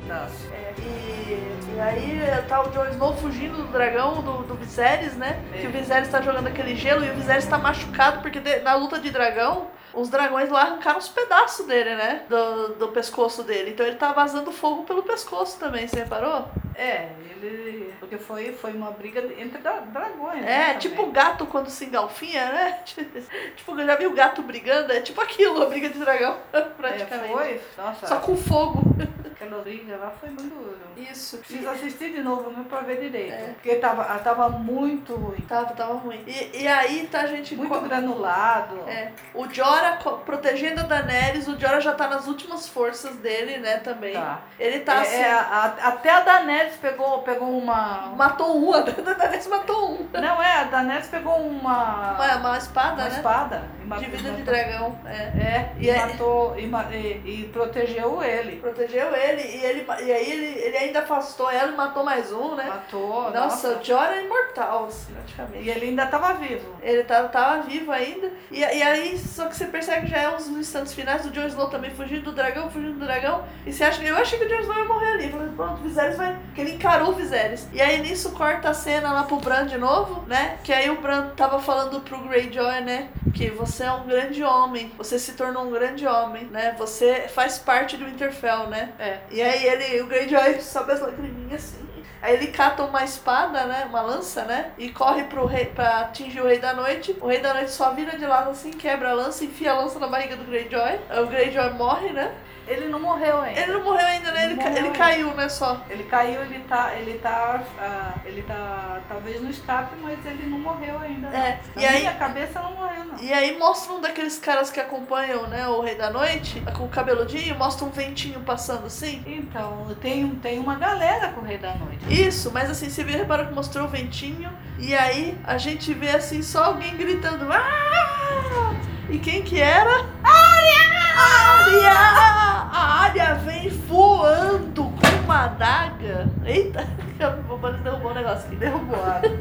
Speaker 2: das-
Speaker 1: É, E, e aí tá o Jon Snow fugindo do dragão, do, do Viserys, né?
Speaker 2: É.
Speaker 1: Que o Viserys tá jogando aquele gelo e o Viserys tá machucado porque de- na luta de dragão, os dragões lá arrancaram os pedaços dele, né? Do, do pescoço dele. Então ele tá vazando fogo pelo pescoço também, você reparou?
Speaker 2: É, ele. Porque foi, foi uma briga entre dra- dragões. né,
Speaker 1: É,
Speaker 2: também.
Speaker 1: tipo o gato quando se engalfinha, né? tipo, já viu o gato brigando? É tipo aquilo, a briga de dragão,
Speaker 2: É,
Speaker 1: praticamente.
Speaker 2: foi? Nossa,
Speaker 1: Só com fogo.
Speaker 2: aquela briga lá foi muito. duro.
Speaker 1: Isso.
Speaker 2: Preciso assistir de novo mesmo pra ver direito.
Speaker 1: É.
Speaker 2: Porque tava, ah, tava muito ruim.
Speaker 1: Tava, tava ruim. E, e aí tá a gente.
Speaker 2: Muito
Speaker 1: co-
Speaker 2: granulado.
Speaker 1: É, o Jora co- protegendo a Daenerys, o Jora já tá nas últimas forças dele, né, também.
Speaker 2: Tá.
Speaker 1: Ele tá
Speaker 2: É,
Speaker 1: assim,
Speaker 2: é, a- a- até a Daenerys pegou, pegou uma.
Speaker 1: matou um, a Daenerys matou um.
Speaker 2: Não, é, a Daenerys pegou uma.
Speaker 1: Uma, uma espada,
Speaker 2: uma
Speaker 1: né?
Speaker 2: espada. E matou,
Speaker 1: De vida de
Speaker 2: matou-
Speaker 1: dragão, é.
Speaker 2: É, e,
Speaker 1: E é-
Speaker 2: matou. E, ma- e- e protegeu ele.
Speaker 1: Protegeu ele e, ele, e aí ele, ele ainda afastou ela e matou mais um, né?
Speaker 2: Matou.
Speaker 1: Nossa, o Jorah é imortal, assim, praticamente.
Speaker 2: E ele ainda tava vivo.
Speaker 1: Ele tá- tava vivo ainda. E, e aí, só que você percebe que já é uns instantes finais, o Jon Snow também fugindo do dragão, fugindo do dragão. E você acha que. Eu achei que o Jon Snow ia morrer ali. Falei, pronto, o Viserys vai. Porque ele encarou o Viserys. E aí nisso corta a cena lá pro Bran de novo, né? Que aí o Bran tava falando pro Greyjoy, né? Que você é um grande homem. Você se tornou um grande homem, né? Você faz parte do Winterfell, né?
Speaker 2: É.
Speaker 1: E aí ele, o Greyjoy sobe as lagriminhas assim. Aí ele cata uma espada, né? Uma lança, né? E corre pro rei pra atingir o rei da noite. O rei da noite só vira de lado assim, quebra a lança, enfia a lança na barriga do Greyjoy. Aí o Greyjoy morre, né?
Speaker 2: Ele não morreu ainda.
Speaker 1: Ele não morreu ainda, né? Ele, ca-
Speaker 2: Morreu
Speaker 1: ele
Speaker 2: ainda.
Speaker 1: caiu, né? Só.
Speaker 2: Ele caiu, ele tá, ele tá, ah, ele tá, talvez no escape, mas ele não morreu ainda. né? não.
Speaker 1: É.
Speaker 2: Na
Speaker 1: E aí.
Speaker 2: minha cabeça não morreu não.
Speaker 1: E aí mostra um daqueles caras que acompanham, né, o Rei da Noite, com o cabeludinho, mostra um ventinho passando assim.
Speaker 2: Então, tem, um- tem uma galera com o Rei da Noite.
Speaker 1: Isso, mas assim, você viu, reparou que mostrou o ventinho, e aí a gente vê assim só alguém gritando. Ah! E quem que era? Arya! área! A área vem voando com uma adaga. Eita, o Boris derrubou o um negócio aqui. né?
Speaker 2: Derrubou a área.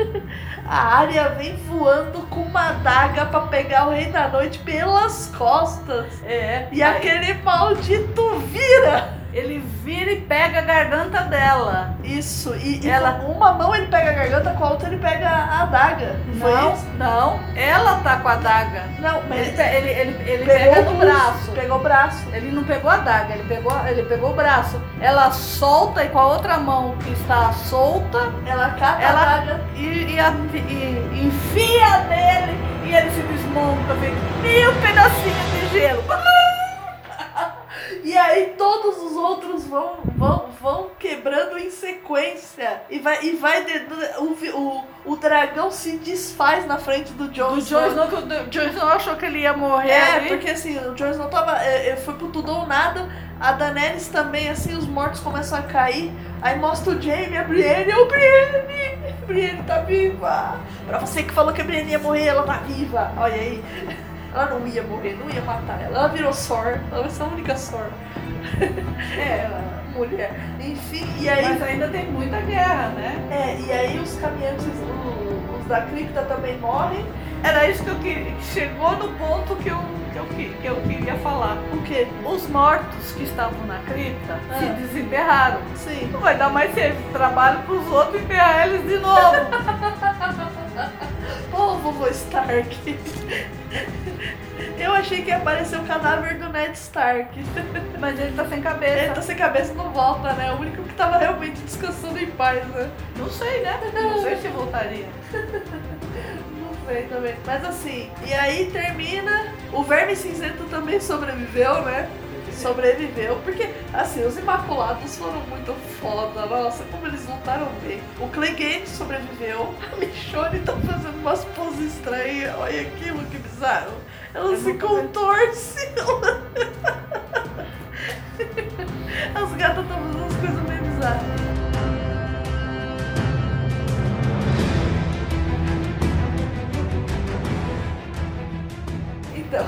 Speaker 1: A área vem voando com uma adaga pra pegar o Rei da Noite pelas costas.
Speaker 2: É.
Speaker 1: E
Speaker 2: aí
Speaker 1: aquele maldito vira.
Speaker 2: ele vira e pega a garganta dela.
Speaker 1: Isso, e, e
Speaker 2: Ela-
Speaker 1: com uma mão ele pega a garganta, com a outra ele pega a adaga. Foi
Speaker 2: Não,
Speaker 1: isso?
Speaker 2: não. Ela tá com a daga.
Speaker 1: Não, mas ele
Speaker 2: Ele, pe- ele, ele, ele
Speaker 1: pegou
Speaker 2: pega
Speaker 1: o
Speaker 2: no braço.
Speaker 1: Pegou o braço.
Speaker 2: Ele não pegou a daga, ele pegou, ele pegou o braço. Ela solta e com a outra mão que está solta
Speaker 1: Ela cata
Speaker 2: Ela-
Speaker 1: a adaga.
Speaker 2: e, e a- e- e enfia nele e ele se desmonta, vem mil pedacinhos de gelo.
Speaker 1: E aí todos os outros vão, vão, vão quebrando em sequência. E vai, e vai de- o, vi- o, o dragão se desfaz na frente do Jon
Speaker 2: O
Speaker 1: Snow.
Speaker 2: Jones não, que o Jones não achou que ele ia morrer.
Speaker 1: É,
Speaker 2: ali.
Speaker 1: porque assim, o Jones não tava. é, é, foi pro tudo ou nada. A Daenerys também, assim, os mortos começam a cair. Aí mostra o Jaime, a Brienne. Ô, Brienne! Brienne tá viva! Pra você que falou que a Brienne ia morrer, ela tá viva! Olha aí. Ela não ia morrer, não ia matar ela. Ela virou Sor. Ela vai ser a única Sor.
Speaker 2: É,
Speaker 1: Mulher. Enfim, e aí.
Speaker 2: mas ainda tem muita guerra, né?
Speaker 1: É, e aí os caminhantes, o- os da cripta também morrem.
Speaker 2: Era isso que eu queria. Chegou no ponto que eu, que eu, que- que eu queria falar.
Speaker 1: O quê?
Speaker 2: Os mortos que estavam na cripta se
Speaker 1: Ah.
Speaker 2: desenterraram.
Speaker 1: Sim.
Speaker 2: Não vai dar mais serviço, trabalho pros outros enterrar eles de novo.
Speaker 1: Ô, vovô Stark. Eu achei que ia aparecer o cadáver do Ned Stark.
Speaker 2: Mas ele tá sem
Speaker 1: Ele
Speaker 2: cabeça.
Speaker 1: tá sem cabeça e não volta, né? O único que tava realmente descansando em paz, né?
Speaker 2: Não sei, né? Não sei se voltaria.
Speaker 1: Não sei também. Mas assim, e aí termina. O Verme Cinzento também sobreviveu, né? Sobreviveu, porque assim, os Imaculados foram muito foda, nossa, como eles lutaram bem. O Clegane sobreviveu, a Michonne tá fazendo umas poses estranhas, olha aquilo que bizarro. Ela
Speaker 2: Eu
Speaker 1: se
Speaker 2: nunca vi.
Speaker 1: contorce. As gatas estão fazendo umas coisas meio bizarras. Então,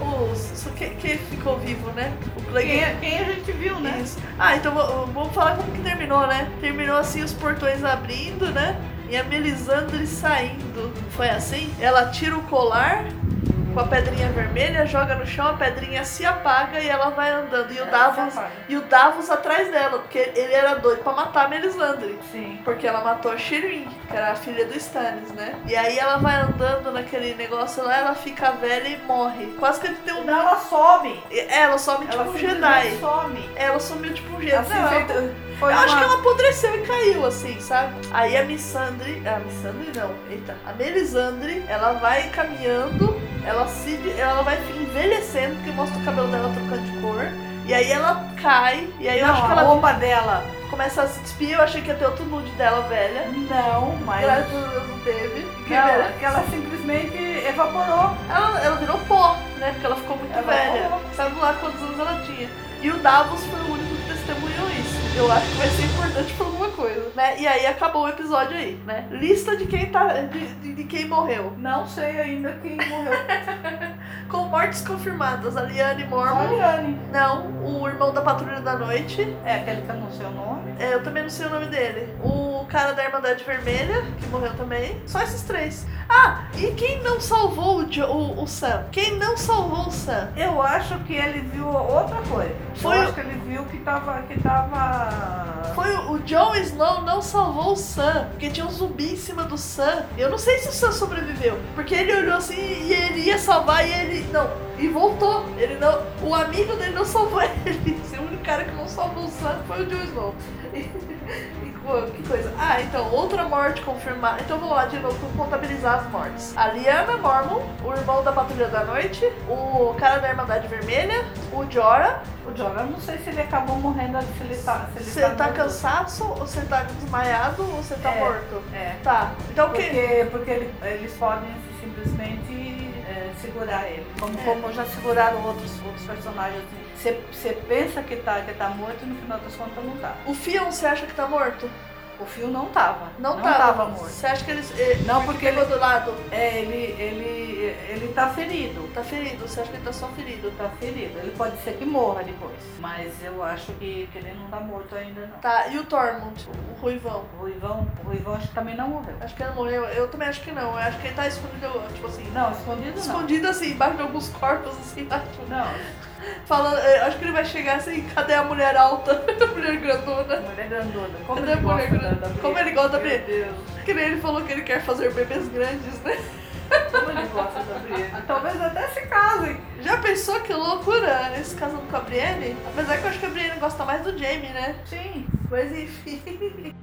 Speaker 1: os, só quem, quem ficou vivo, né? O Clegane.
Speaker 2: Quem, quem a gente viu, né?
Speaker 1: Isso. Ah, então vou- vamos falar como que terminou, né? Terminou assim os portões abrindo, né? E a Melisandre saindo. Foi assim? Ela tira o colar com a pedrinha vermelha, joga no chão, a pedrinha se apaga e ela vai andando. E o Davos, e o Davos atrás dela, porque ele era doido pra matar a Melisandre.
Speaker 2: Sim.
Speaker 1: Porque ela matou a Shireen, que era a filha do Stannis, né? E aí ela vai andando naquele negócio lá, ela fica velha e morre. Quase que ele tem um.
Speaker 2: Ela some.
Speaker 1: Ela some tipo
Speaker 2: Ela
Speaker 1: um
Speaker 2: simplesmente
Speaker 1: Jedi.
Speaker 2: some.
Speaker 1: Ela sumiu tipo um Jedi.
Speaker 2: Ela se inventou- Foi
Speaker 1: Eu acho
Speaker 2: Assim, uma-
Speaker 1: que ela apodreceu e caiu, assim, sabe? Aí a Missandre. A Missandre não, eita. A Melisandre, ela vai caminhando, ela se. Ela vai envelhecendo, porque mostra o cabelo dela trocando de cor. E aí ela cai, e aí eu
Speaker 2: Não,
Speaker 1: acho que
Speaker 2: a
Speaker 1: ela
Speaker 2: roupa dela.
Speaker 1: começa a se despir. Eu achei que ia ter outro nude dela, velha.
Speaker 2: Não, mas.
Speaker 1: Graças a Deus não teve. Que
Speaker 2: Ela,
Speaker 1: velha.
Speaker 2: ela simplesmente evaporou.
Speaker 1: Ela, ela virou pó, né? Porque ela ficou muito
Speaker 2: Ela
Speaker 1: velha.
Speaker 2: evaporou.
Speaker 1: Sabe lá quantos anos ela tinha. E o Davos foi o único que testemunhou isso. Eu acho que vai ser importante pra alguma coisa, né? E aí acabou o episódio aí, né? Lista de quem tá. de, de- de quem morreu.
Speaker 2: Não sei ainda quem morreu.
Speaker 1: Com mortes confirmadas, a Liane Mormon.
Speaker 2: Mariane.
Speaker 1: Não, o irmão da Patrulha da Noite.
Speaker 2: É aquele que eu não sei o nome.
Speaker 1: É, eu também não sei o nome dele. O cara da Irmandade Vermelha, que morreu também. Só esses três. Ah, e quem não salvou o, Jo- o, o Sam? Quem não salvou o Sam?
Speaker 2: Eu acho que ele viu outra coisa.
Speaker 1: Foi
Speaker 2: Eu
Speaker 1: o-
Speaker 2: acho que ele viu que tava. Que tava...
Speaker 1: Foi o, o Jon Snow não salvou o Sam, porque tinha um zumbi em cima do Sam. Eu não sei se o Sam sobreviveu, porque ele olhou assim e ele ia salvar e ele não e voltou. Ele não, o amigo dele não salvou ele. Esse é o único cara que não salvou o Sam foi o Jon Snow. E co- Que coisa. Ah, então, outra morte confirmada. Então vamos lá de novo, vamos contabilizar as mortes. A Liana Mormon, o irmão da Patrulha da Noite, o cara da Irmandade Vermelha, o Jorah,
Speaker 2: O Jorah, eu não sei se ele acabou morrendo ali, se ele tá. Se ele
Speaker 1: Você tá
Speaker 2: morto.
Speaker 1: cansaço, ou você tá desmaiado, ou você tá
Speaker 2: É.
Speaker 1: morto?
Speaker 2: É.
Speaker 1: Tá. Então o quê?
Speaker 2: Porque, porque ele- eles podem simplesmente é, segurar ele. Como,
Speaker 1: É.
Speaker 2: como já seguraram outros, outros personagens. Você pensa que tá, que tá morto e no final das contas não tá.
Speaker 1: O Fion, você acha que tá morto?
Speaker 2: O O fio não tava.
Speaker 1: Não,
Speaker 2: não
Speaker 1: tava.
Speaker 2: tava morto.
Speaker 1: Você acha que eles. eh,
Speaker 2: Não, porque
Speaker 1: pegou do lado.
Speaker 2: É, ele, ele, ele tá ferido.
Speaker 1: Tá ferido. Você acha que ele tá só ferido?
Speaker 2: Tá ferido. Ele pode ser que morra depois. Mas eu acho que, que ele não tá morto ainda, não.
Speaker 1: Tá, e o Tormund? O Ruivão?
Speaker 2: O Ruivão, o Ruivão acho que também não morreu.
Speaker 1: Acho que ele morreu. Eu também acho que não. Eu acho que ele tá escondido, tipo assim.
Speaker 2: Não, escondido não.
Speaker 1: Escondido assim, embaixo de alguns corpos, assim, tá tipo,
Speaker 2: Não,
Speaker 1: falando. eh, acho que ele vai chegar assim, cadê a mulher alta? a mulher grandona.
Speaker 2: mulher é grandona. Como
Speaker 1: Cadê
Speaker 2: ele
Speaker 1: a mulher é
Speaker 2: gosta da,
Speaker 1: grandona?
Speaker 2: da Bri?
Speaker 1: Como ele gosta da
Speaker 2: Meu
Speaker 1: Bri?
Speaker 2: Deus.
Speaker 1: Que nem ele falou que ele quer fazer bebês grandes, né?
Speaker 2: Como ele gosta da Brienne? Talvez até se casem.
Speaker 1: Já pensou que loucura esse casando com a Brienne? Apesar que eu acho que a Brienne gosta mais do Jamie, né?
Speaker 2: Sim.
Speaker 1: Mas enfim.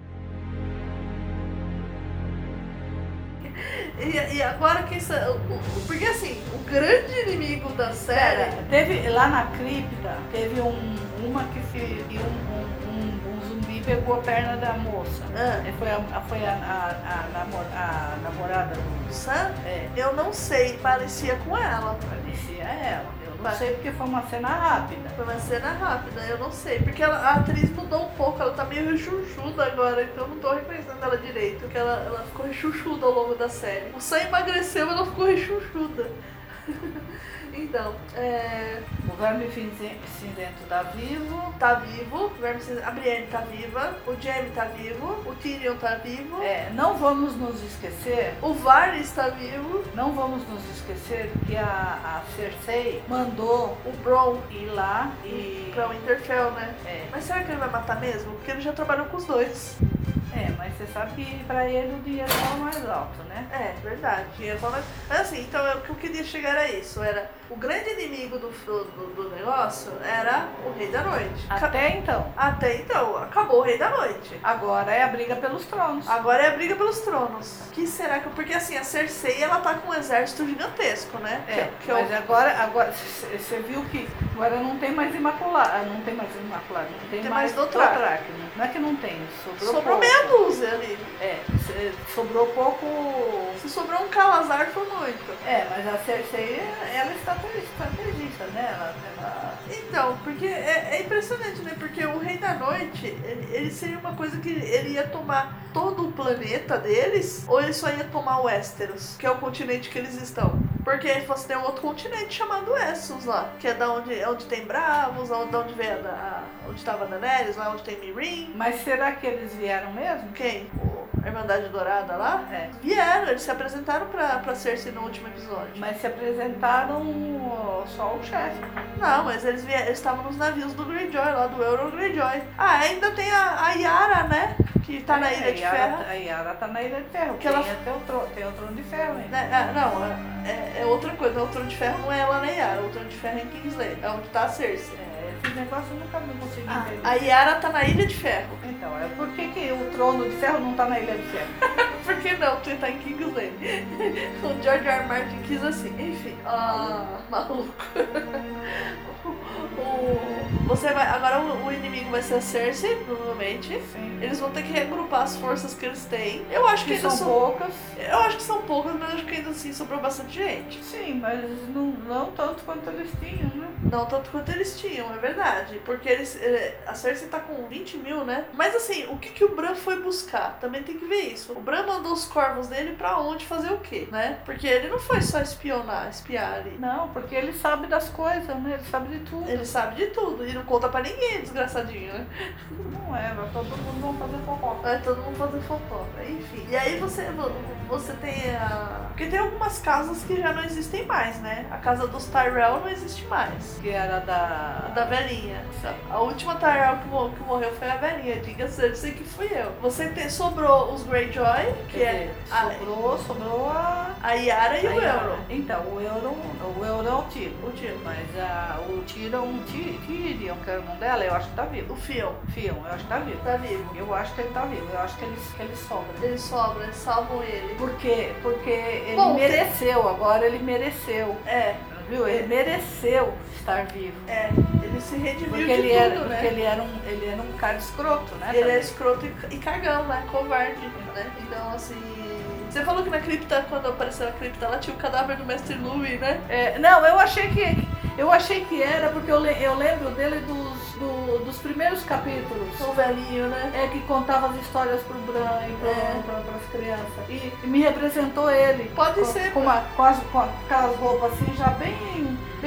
Speaker 1: E, e agora quem sa- o- o- Porque assim, o grande inimigo da
Speaker 2: Pera,
Speaker 1: série.
Speaker 2: teve lá na cripta, teve um, uma que se, e um, um, um- um zumbi pegou a perna da moça.
Speaker 1: Ah,
Speaker 2: É, Foi a, a- foi a, a- a namor- a namorada do
Speaker 1: o Sam,
Speaker 2: é,
Speaker 1: eu não sei, parecia com ela. tá?
Speaker 2: parecia "É ela. Eu não
Speaker 1: Mas-
Speaker 2: sei porque foi uma cena rápida.
Speaker 1: Foi uma cena rápida, eu não sei. Porque ela- a atriz mudou um pouco, ela tá meio rechuchuda agora, então eu não tô reconhecendo ela direito. Porque ela, ela ficou rechuchuda ao longo da série. O Sam emagreceu, mas ela ficou rechuchuda. então, é.
Speaker 2: O verme cinzen- cinzento tá vivo.
Speaker 1: tá vivo, o Verme Cinza- a Brienne tá viva, o Jaime tá vivo, o Tyrion tá vivo,
Speaker 2: É, não vamos nos esquecer,
Speaker 1: o Varys tá vivo,
Speaker 2: não vamos nos esquecer que a, a Cersei mandou
Speaker 1: o Bron
Speaker 2: ir lá e.
Speaker 1: pra Winterfell, né?
Speaker 2: É,
Speaker 1: Mas será que ele vai matar mesmo? Porque ele já trabalhou com os dois.
Speaker 2: é, mas você sabe que pra ele o dinheiro é o mais alto, né?
Speaker 1: É, verdade. É só mais- Mas assim, então é, o que eu queria chegar a isso. Era o grande inimigo do, do, do negócio era o Rei da Noite. Ca-
Speaker 2: Até então.
Speaker 1: Até então, acabou o Rei da Noite.
Speaker 2: Agora é a briga pelos tronos.
Speaker 1: Agora é a briga pelos tronos. Que será que. Porque assim, a Cersei ela tá com um exército gigantesco, né?
Speaker 2: É,
Speaker 1: Que- que é o-
Speaker 2: mas agora, agora c- você viu que agora não tem mais imaculado, não tem mais imaculado, não tem,
Speaker 1: Tem mais
Speaker 2: mais
Speaker 1: Dothraki.
Speaker 2: Dothraki, né? Não é que não tem, sobrou,
Speaker 1: Sobrou
Speaker 2: pouco.
Speaker 1: meia dúzia ali.
Speaker 2: É, c- sobrou pouco.
Speaker 1: Se sobrou um calazar, foi muito.
Speaker 2: É, mas a Cersei, ela está estrategista, né? Ela, ela-
Speaker 1: Então, porque é, é impressionante, né? Porque o Rei da Noite, ele, ele seria uma coisa que ele ia tomar todo o planeta deles, ou ele só ia tomar o Westeros, que é o continente que eles estão. Porque você tem um outro continente chamado Essos lá, que é da onde, é onde tem Bravos, onde, onde veio a, da- a- onde tava Daenerys, lá onde tem Mirin.
Speaker 2: Mas será que eles vieram mesmo?
Speaker 1: Quem? O- A Irmandade Dourada lá?
Speaker 2: É.
Speaker 1: Vieram, eles se apresentaram pra, pra Cersei no último episódio.
Speaker 2: Mas se apresentaram só o chefe.
Speaker 1: Não, mas eles vie- eles estavam nos navios do Greyjoy, lá do Euro Greyjoy. Ah, ainda tem a, a Yara, né? Que tá na
Speaker 2: É,
Speaker 1: Ilha de
Speaker 2: a Yara-
Speaker 1: Ferro.
Speaker 2: A Yara tá na Ilha de Ferro.
Speaker 1: Que
Speaker 2: tem
Speaker 1: ela-
Speaker 2: até o trono, tem o trono de ferro ainda.
Speaker 1: Né? Ah, não, é, é outra coisa. O Trono de Ferro não é lá na Yara. O Trono de Ferro é em Kingsley, é onde tá a Cersei.
Speaker 2: É, esse negócio eu nunca me consegui
Speaker 1: Ah,
Speaker 2: entender.
Speaker 1: a Yara tá na Ilha de Ferro.
Speaker 2: Então, é por que, que o trono de ferro não tá na Ilha de Ferro?
Speaker 1: Por que não? Tu tá em Kingsley. o George R. R. Martin quis assim. Enfim. Ah, maluco. O- Você vai, agora o, o inimigo vai ser a Cersei, provavelmente.
Speaker 2: Sim.
Speaker 1: Eles vão ter que reagrupar as forças que eles têm. Eu acho que,
Speaker 2: Que
Speaker 1: ainda
Speaker 2: são
Speaker 1: so-
Speaker 2: poucas.
Speaker 1: Eu acho que são poucas, mas acho que ainda assim sobrou bastante gente.
Speaker 2: Sim, mas não, não tanto quanto eles tinham, né?
Speaker 1: Não tanto quanto eles tinham, é verdade. Porque eles. eh, A Cersei tá com 20 mil, né? Mas assim, o que, que o Bran foi buscar? Também tem que ver isso. O Bran mandou os corvos dele pra onde fazer o quê, né? Porque ele não foi só espionar, espiar ali.
Speaker 2: Não, porque ele sabe das coisas, né? Ele sabe de tudo.
Speaker 1: Ele sabe de tudo e não conta pra ninguém, desgraçadinho, né?
Speaker 2: Não é, mas todo mundo vai fazer fofoca.
Speaker 1: Vai É, todo mundo fazer fofoca, enfim. E aí você, você tem a. Porque tem algumas casas que já não existem mais, né? A casa dos Tyrell não existe mais.
Speaker 2: Que era da...
Speaker 1: Da velhinha. A última Tyrell que, mo- que morreu foi a velhinha. Diga-se, eu sei que fui eu. Você tem, sobrou os Greyjoy,
Speaker 2: Quer
Speaker 1: que é
Speaker 2: dizer,
Speaker 1: a,
Speaker 2: sobrou, sobrou a...
Speaker 1: a Yara e
Speaker 2: a
Speaker 1: o
Speaker 2: Yara.
Speaker 1: Euron.
Speaker 2: Então, o Euron, o Euron é o Tyrion.
Speaker 1: O Tyrion.
Speaker 2: Mas a, o é Tyrion, Ty- Tyrion, que é o irmão dela, eu acho que tá vivo.
Speaker 1: O Fion
Speaker 2: Fion, eu acho que tá vivo.
Speaker 1: tá vivo.
Speaker 2: Eu acho que ele tá vivo, eu acho que ele, que ele sobra.
Speaker 1: Ele sobra, eles salvam ele.
Speaker 2: Porque, porque ele
Speaker 1: Bom, tem-
Speaker 2: mereceu, agora ele mereceu,
Speaker 1: É,
Speaker 2: viu? Ele mereceu estar vivo.
Speaker 1: é. Ele se redimiu
Speaker 2: Porque
Speaker 1: de
Speaker 2: ele,
Speaker 1: tudo,
Speaker 2: era,
Speaker 1: né?
Speaker 2: porque ele, era um, ele era um cara escroto, né?
Speaker 1: Ele é
Speaker 2: também.
Speaker 1: escroto e, e cagão, né? Covarde, né? Então, assim. Você falou que na cripta, quando apareceu a cripta, ela tinha o cadáver do mestre Louis, né?
Speaker 2: É, não, eu É, achei que. Eu achei que era, porque eu, le- eu lembro dele dos, do- dos primeiros capítulos.
Speaker 1: Sou velhinho, né?
Speaker 2: É que contava as histórias pro Bran e pra,
Speaker 1: É.
Speaker 2: pra- pras crianças. E, e me representou ele.
Speaker 1: Pode
Speaker 2: com,
Speaker 1: ser.
Speaker 2: Com, uma, com, as, com aquelas roupas assim, já bem.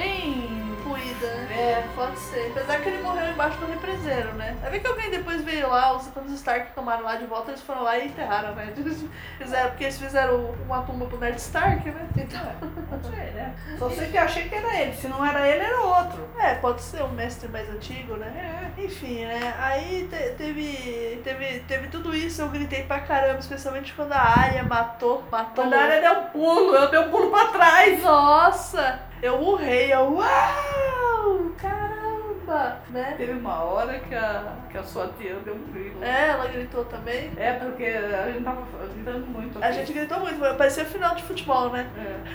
Speaker 2: bem.
Speaker 1: Cuida, né?
Speaker 2: É,
Speaker 1: Pode ser. Apesar que ele morreu embaixo do represeiro, né? Vai ver que alguém depois veio lá, os Thanos Stark tomaram lá de volta, eles foram lá e enterraram, né? Eles fizeram, porque eles fizeram uma tumba pro Ned Stark, né? Então,
Speaker 2: não sei, né? Só sei que eu achei que era ele. Se não era ele, era outro.
Speaker 1: é, pode ser um mestre mais antigo, né? Enfim, né? Aí te- teve, teve, teve tudo isso, eu gritei pra caramba, especialmente quando a Arya matou, matou.
Speaker 2: Quando a área deu um pulo, eu dei um pulo pra trás.
Speaker 1: Nossa! Eu urrei, eu, uau! Caramba! Né?
Speaker 2: Teve uma hora que a, que a sua tia deu um grito. É,
Speaker 1: É, ela gritou também.
Speaker 2: porque a gente tava gritando muito.
Speaker 1: A
Speaker 2: aqui.
Speaker 1: gente gritou muito, mas parecia final de futebol, né?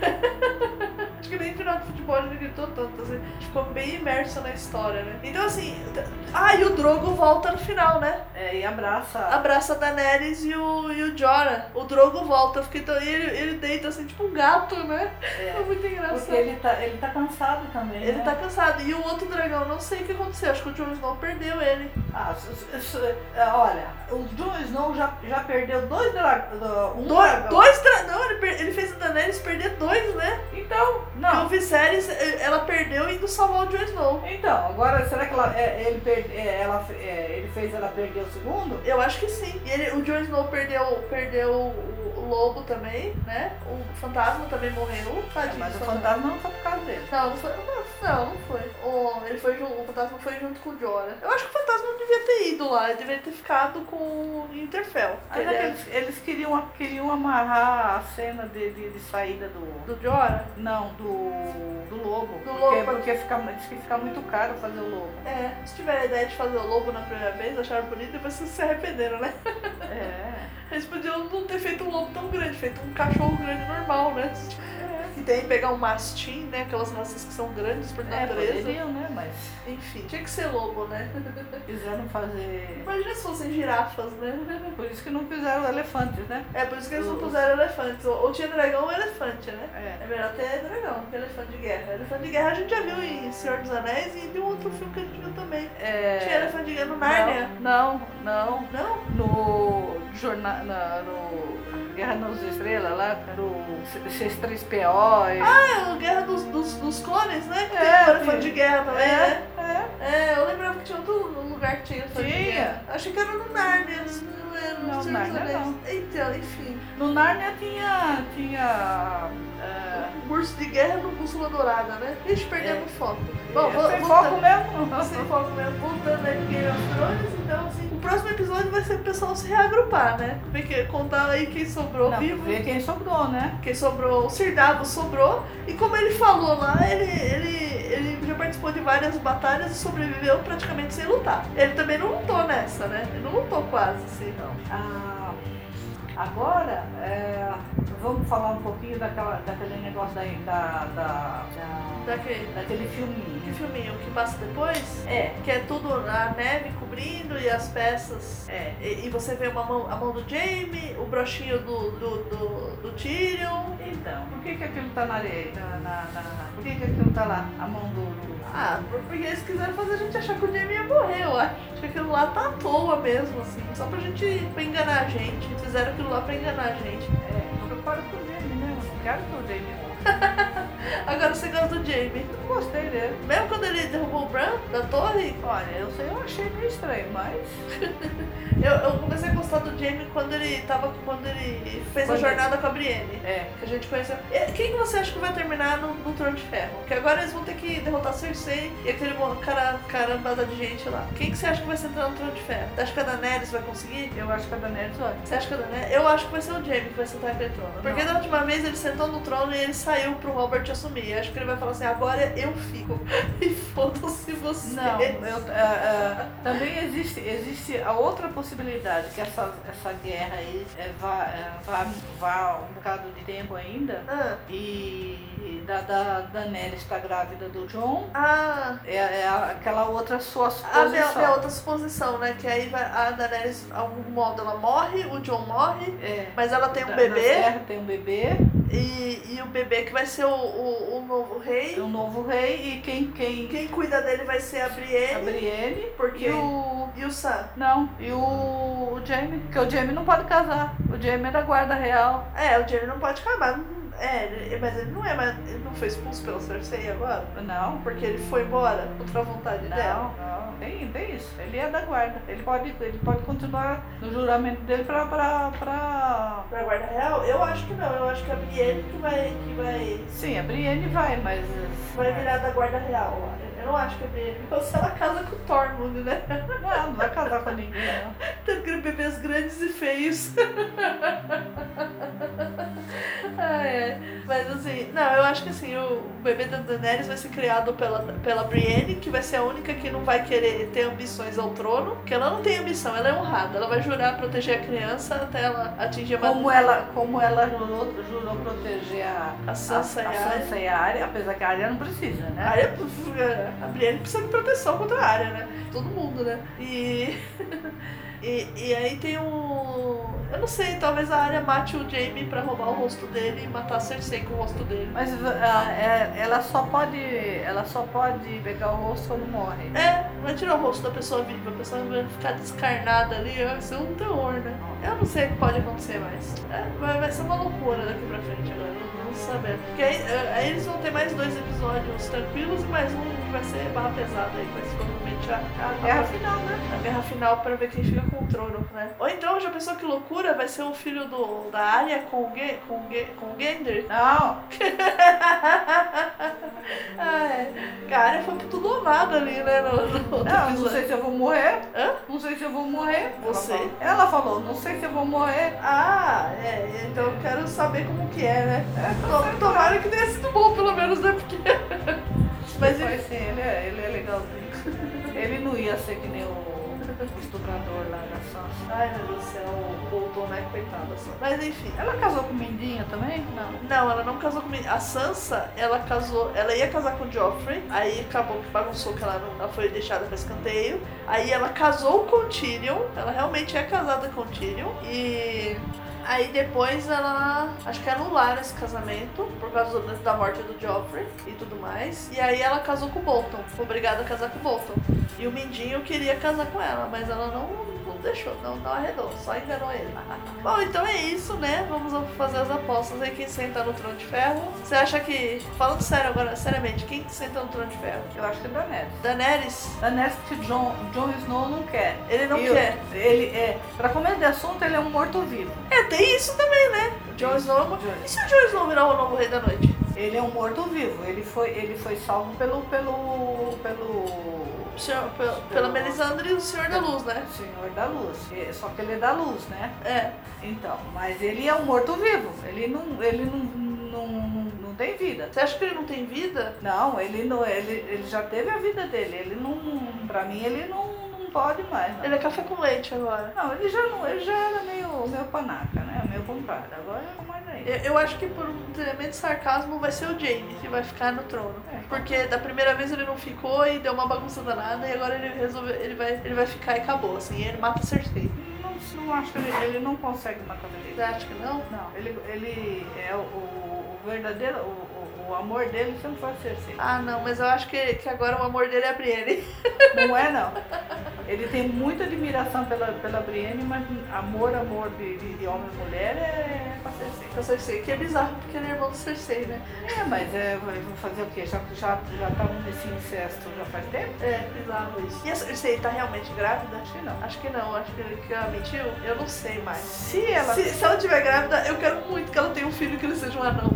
Speaker 2: É.
Speaker 1: Acho que nem final de futebol a gente gritou tanto, assim. A gente ficou bem imerso na história, né? Então, assim. t- Ah, e o Drogo volta no final, né?
Speaker 2: É, e abraça.
Speaker 1: Abraça a Daenerys e o, e o Jorah. O Drogo volta, eu fiquei tão. E ele, ele deita assim, tipo um gato, né? É muito
Speaker 2: Porque
Speaker 1: engraçado. Ele,
Speaker 2: ele tá, ele tá cansado também. né?
Speaker 1: tá cansado. E o outro dragão, não sei o que aconteceu. Acho que o Jon Snow perdeu ele.
Speaker 2: Ah, s- s- s- é, olha, o Jon Snow já, já perdeu dois dragões. Um
Speaker 1: Dois,
Speaker 2: dragão.
Speaker 1: dois dragões. Ele, per- ele fez a Daenerys perder dois, né?
Speaker 2: Então,
Speaker 1: Não.
Speaker 2: não.
Speaker 1: O Viserys, eh, ela perdeu indo salvar o Jon Snow.
Speaker 2: Então, agora será que ela, é, ele, per- é, ela, é, ele fez ela perder o segundo?
Speaker 1: Eu acho que sim. E ele, o Jon Snow perdeu, perdeu o, o lobo também, né? O fantasma também morreu. Tadinho.
Speaker 2: É, Mas o
Speaker 1: do
Speaker 2: fantasma não foi por causa dele.
Speaker 1: Não, foi, não, não foi. O, ele foi junto, o fantasma foi junto com o Jorah. Eu acho que o fantasma não devia ter ido lá, ele deveria ter ficado com o Interfell.
Speaker 2: Mas
Speaker 1: Ele
Speaker 2: é que
Speaker 1: é
Speaker 2: eles, eles queriam, queriam amarrar a cena de, de, de saída do,
Speaker 1: do Jorah?
Speaker 2: Não, do, do lobo.
Speaker 1: Do
Speaker 2: porque
Speaker 1: lobo.
Speaker 2: porque fica, diz que fica muito caro fazer o lobo.
Speaker 1: É, se tiveram a ideia de fazer o lobo na primeira vez, acharam bonito, depois vocês se arrependeram, né?
Speaker 2: É.
Speaker 1: Eles podiam não ter feito um lobo tão grande, feito um cachorro grande normal, né? E daí pegar um mastim, né? Aquelas raças que são grandes por
Speaker 2: É,
Speaker 1: natureza.
Speaker 2: poderiam, né? Mas
Speaker 1: Enfim, tinha que ser lobo, né?
Speaker 2: quiseram fazer.
Speaker 1: Imagina se fossem girafas, né?
Speaker 2: Por isso que não fizeram elefantes, né?
Speaker 1: É por isso que eles não puseram elefantes. Ou ou tinha dragão ou elefante, né?
Speaker 2: É.
Speaker 1: É melhor ter dragão que elefante de guerra. Elefante de guerra a gente já viu em Senhor dos Anéis e tem um outro filme que a gente viu também. Tinha
Speaker 2: é...
Speaker 1: elefante de guerra no Nárnia.
Speaker 2: Não, não.
Speaker 1: Não?
Speaker 2: No jornal. Na, no Guerra nas Estrelas lá, do C3PO. e-
Speaker 1: É, o Guerra dos, dos, dos Clones, né? Que
Speaker 2: É,
Speaker 1: tem um elefante
Speaker 2: filho.
Speaker 1: de guerra também, né?
Speaker 2: é.
Speaker 1: É, eu lembrava que tinha outro lugar que tinha elefante de
Speaker 2: Tinha.
Speaker 1: guerra. Achei que era no Nárnia. Não era no Senhor
Speaker 2: Não,
Speaker 1: dos
Speaker 2: Nárnia
Speaker 1: Anéis.
Speaker 2: não.
Speaker 1: Então, enfim.
Speaker 2: No Narnia tinha. tinha. é,
Speaker 1: O curso de guerra no Bússola Dourada, né? Ixi, perdemos foco. Bom, vou,
Speaker 2: sem
Speaker 1: vou-
Speaker 2: foco mesmo.
Speaker 1: sem foco mesmo, voltando aí pro Game of Thrones, então assim, o próximo episódio vai ser o pessoal se reagrupar, né? Ver que- contar aí quem sobrou
Speaker 2: Não,
Speaker 1: vivo,
Speaker 2: Ver quem sobrou, né?
Speaker 1: quem sobrou, o Sir Davos sobrou, e como ele falou lá, ele, ele, ele já participou de várias batalhas e sobreviveu praticamente sem lutar. Ele também não lutou nessa, né? Ele não lutou quase, assim, não.
Speaker 2: Ah, agora, é, vamos falar um pouquinho daquela, daquele negócio da, da, da- da-
Speaker 1: Daquele
Speaker 2: daquele
Speaker 1: que
Speaker 2: filminho.
Speaker 1: filminho que passa depois,
Speaker 2: É,
Speaker 1: que é tudo a neve cobrindo e as peças. é, e, e você vê uma mão, a mão do Jamie, o brochinho do, do, do, do Tyrion.
Speaker 2: então, por que, que aquilo tá na areia? Na, na- na- por que, que aquilo tá lá? A mão do. do-
Speaker 1: Ah, por- porque eles quiseram fazer a gente achar que o Jamie ia morrer, eu acho. Acho que aquilo lá tá à toa mesmo, assim. Só pra gente pra enganar a gente. Fizeram aquilo lá pra enganar a gente.
Speaker 2: É, eu paro com o Jamie, né? Eu não quero que o Jamie morra.
Speaker 1: Agora você gosta do Jamie.
Speaker 2: Eu não gostei dele.
Speaker 1: Mesmo quando ele derrubou o Bran da torre,
Speaker 2: Olha, eu sei, eu achei meio estranho, mas.
Speaker 1: eu, eu comecei a gostar do Jamie quando ele tava. Quando ele fez a
Speaker 2: Quando-
Speaker 1: jornada com a Brienne.
Speaker 2: É,
Speaker 1: que a gente conheceu. E Quem que você acha que vai terminar no, no Trono de Ferro? Porque agora eles vão ter que derrotar Cersei e aquele mo- cara, carambada de gente lá. Quem que você acha que vai entrar no Trono de Ferro? Você acha que a Daenerys vai conseguir?
Speaker 2: eu acho que a Daniela olha.
Speaker 1: Você acha que a Daenerys... Eu acho que vai ser o Jaime que vai sentar naquele trono. Porque da última vez ele sentou no trono e ele saiu pro Robert assumir. Eu acho que ele vai falar assim, agora eu fico. E foda-se você.
Speaker 2: Não, eu, ah, ah, também existe, existe a outra possibilidade, que essa, essa guerra aí eh, vá, eh, vá, vá um bocado de tempo ainda.
Speaker 1: Ah,
Speaker 2: E da, da, da Nelly está grávida do John.
Speaker 1: ah,
Speaker 2: É, é aquela outra sua
Speaker 1: a minha, minha
Speaker 2: suposição.
Speaker 1: outra suposição, né? Que aí vai, a Daenerys, de algum modo, ela morre, o John morre,
Speaker 2: É.
Speaker 1: mas ela tem um
Speaker 2: Da- da
Speaker 1: bebê.
Speaker 2: Terra tem um bebê.
Speaker 1: E, e o bebê que vai ser o, o, o novo rei.
Speaker 2: O é um novo rei e quem, quem
Speaker 1: Quem cuida dele vai ser a Brienne.
Speaker 2: abrir ele.
Speaker 1: Porque
Speaker 2: E o.
Speaker 1: E o Sam.
Speaker 2: Não, e o, o Jamie. Porque o Jamie não pode casar. O Jamie é da guarda real.
Speaker 1: É, o Jamie não pode acabar. Não- É, ele- mas ele não é mais. Ele não foi expulso pela Cersei agora?
Speaker 2: Não,
Speaker 1: Porque ele foi embora contra a vontade dela.
Speaker 2: não, não. Tem, tem isso. Ele é da guarda. Ele pode, ele pode continuar no juramento dele pra. pra, pra...
Speaker 1: Pra guarda real? Eu acho que não. Eu acho que é a Brienne que vai, que vai,
Speaker 2: Sim, a Brienne vai, mas.
Speaker 1: vai virar da guarda real. Eu não acho que a Brienne. Se ela casa com o Tormund, né?
Speaker 2: Não, não vai casar com ninguém, não.
Speaker 1: Tanto que ele bebês grandes e feios. ah, é. Mas assim, não, eu acho que assim, o o bebê da Daenerys vai ser criado pela, pela Brienne, que vai ser a única que não vai querer ter ambições ao trono, porque ela não tem ambição, ela é honrada, ela vai jurar proteger a criança até ela atingir a
Speaker 2: Como ela, como ela jurou, jurou proteger a,
Speaker 1: A
Speaker 2: a, a
Speaker 1: Sansa e a Arya.
Speaker 2: Sansa e a Arya, apesar que a Arya não precisa,
Speaker 1: A
Speaker 2: né?
Speaker 1: área, a Brienne precisa de proteção contra a área, né? Todo mundo, né? E, e, e aí tem o. Eu não sei, talvez a área mate o Jaime pra roubar o rosto dele e matar a Cersei com o rosto dele.
Speaker 2: Mas ah, é- ela só pode, ela só pode pegar o rosto quando morre.
Speaker 1: É, vai tirar o rosto da pessoa viva, a pessoa vai ficar descarnada ali, vai ser um terror, né? Eu não sei o que pode acontecer mais. É, vai, vai ser uma loucura daqui pra frente agora, não não sabemos. Porque aí, é, aí eles vão ter mais dois episódios tranquilos e mais um que vai ser barra pesada aí, mas provavelmente a, a,
Speaker 2: É Guerra final, né?
Speaker 1: a guerra final pra ver quem fica com o trono, né? Ou então, já pensou que loucura? Vai ser o filho do, da Arya com o, Ge, com, o Ge, com o Gendry?
Speaker 2: Não,
Speaker 1: ah, é. A Arya foi tudo ou nada ali, né? No, no outro
Speaker 2: não, não
Speaker 1: episódio.
Speaker 2: sei se eu vou morrer.
Speaker 1: Hã?
Speaker 2: Não sei se eu vou morrer.
Speaker 1: Você.
Speaker 2: Ela falou, ela falou, não sei se eu vou morrer.
Speaker 1: Ah, é. Então eu quero saber como que é, né? To- Tomara que tenha sido bom, pelo menos, né? Porque... Mas
Speaker 2: Mas sim, ele, é- ele é legalzinho. Ele não ia ser que nem o estuprador lá da Sansa.
Speaker 1: Ai, meu Deus do céu. Voltou, né? Coitada. só. Mas enfim.
Speaker 2: Ela casou com o Mindinho também? Não.
Speaker 1: Não, ela não casou com o A Sansa, ela casou, ela ia casar com o Joffrey, aí acabou que bagunçou que ela, não, ela foi deixada pra escanteio. Aí ela casou com o Tyrion, ela realmente é casada com o Tyrion e aí depois ela acho que anularam esse casamento por causa do- da morte do Joffrey e tudo mais. E aí ela casou com o Bolton, foi obrigada a casar com o Bolton. E o Mindinho queria casar com ela, mas ela não não deixou, não, não arredou, só enganou ele. Bom, então é isso, né? Vamos fazer as apostas aí. Quem senta no trono de ferro? Você acha que. Falando sério agora, seriamente, quem que senta no trono de ferro?
Speaker 2: Eu acho que é Daenerys.
Speaker 1: Daenerys?
Speaker 2: Daenerys que John, John Snow não quer.
Speaker 1: Ele não
Speaker 2: Eu-
Speaker 1: quer.
Speaker 2: Ele é. Pra começo de assunto, ele é um morto-vivo.
Speaker 1: É, tem isso também, né? Jon Snow. E se o Jon Snow virar o novo rei da noite?
Speaker 2: Ele é um morto-vivo. Ele foi, ele foi salvo pelo. pelo. pelo.
Speaker 1: O senhor- pela- pela Melisandre e o Senhor da Luz, né?
Speaker 2: Senhor da Luz. É, Só que ele é da luz, né?
Speaker 1: É.
Speaker 2: Então, mas ele é um morto-vivo. Ele não. ele não, não, não, não tem vida.
Speaker 1: Você acha que ele não tem vida?
Speaker 2: Não, ele não. Ele, ele já teve a vida dele. Ele não. Pra mim, ele não, não pode mais. não.
Speaker 1: Ele é café com leite agora.
Speaker 2: Não, ele já, não, ele já era meio, meio panaca, né? Meio comprado. Agora é mais ainda.
Speaker 1: Eu, eu acho que por um elemento de sarcasmo vai ser o Jaime que vai ficar no trono.
Speaker 2: É.
Speaker 1: Porque da primeira vez ele não ficou e deu uma bagunça danada e agora ele resolveu, ele vai, ele vai ficar e acabou, assim, ele mata a Cersei.
Speaker 2: Não, não acho que ele, ele não consegue matar ele.
Speaker 1: Você acha que não?
Speaker 2: Não, ele, ele é o, o- o verdadeiro, o, o- o amor dele sempre assim. foi a Cersei.
Speaker 1: Ah, não, mas eu acho que, que agora o amor dele é a Brienne.
Speaker 2: Não é não. Ele tem muita admiração pela, pela Brienne, mas amor, amor de, de- de homem e mulher é pra Cersei.
Speaker 1: Com a Cersei, que é bizarro porque ele é irmão do Cersei, né?
Speaker 2: É, mas é, vai- vou fazer o quê? Já já já estavam nesse incesto já faz tempo?
Speaker 1: É, bizarro isso. E a Cersei tá realmente grávida?
Speaker 2: Acho que não.
Speaker 1: Acho que não, acho que, que ela mentiu. Eu não sei mais.
Speaker 2: Se ela.
Speaker 1: Se, se ela tiver grávida, eu quero muito que ela tenha um filho que ele seja um anão.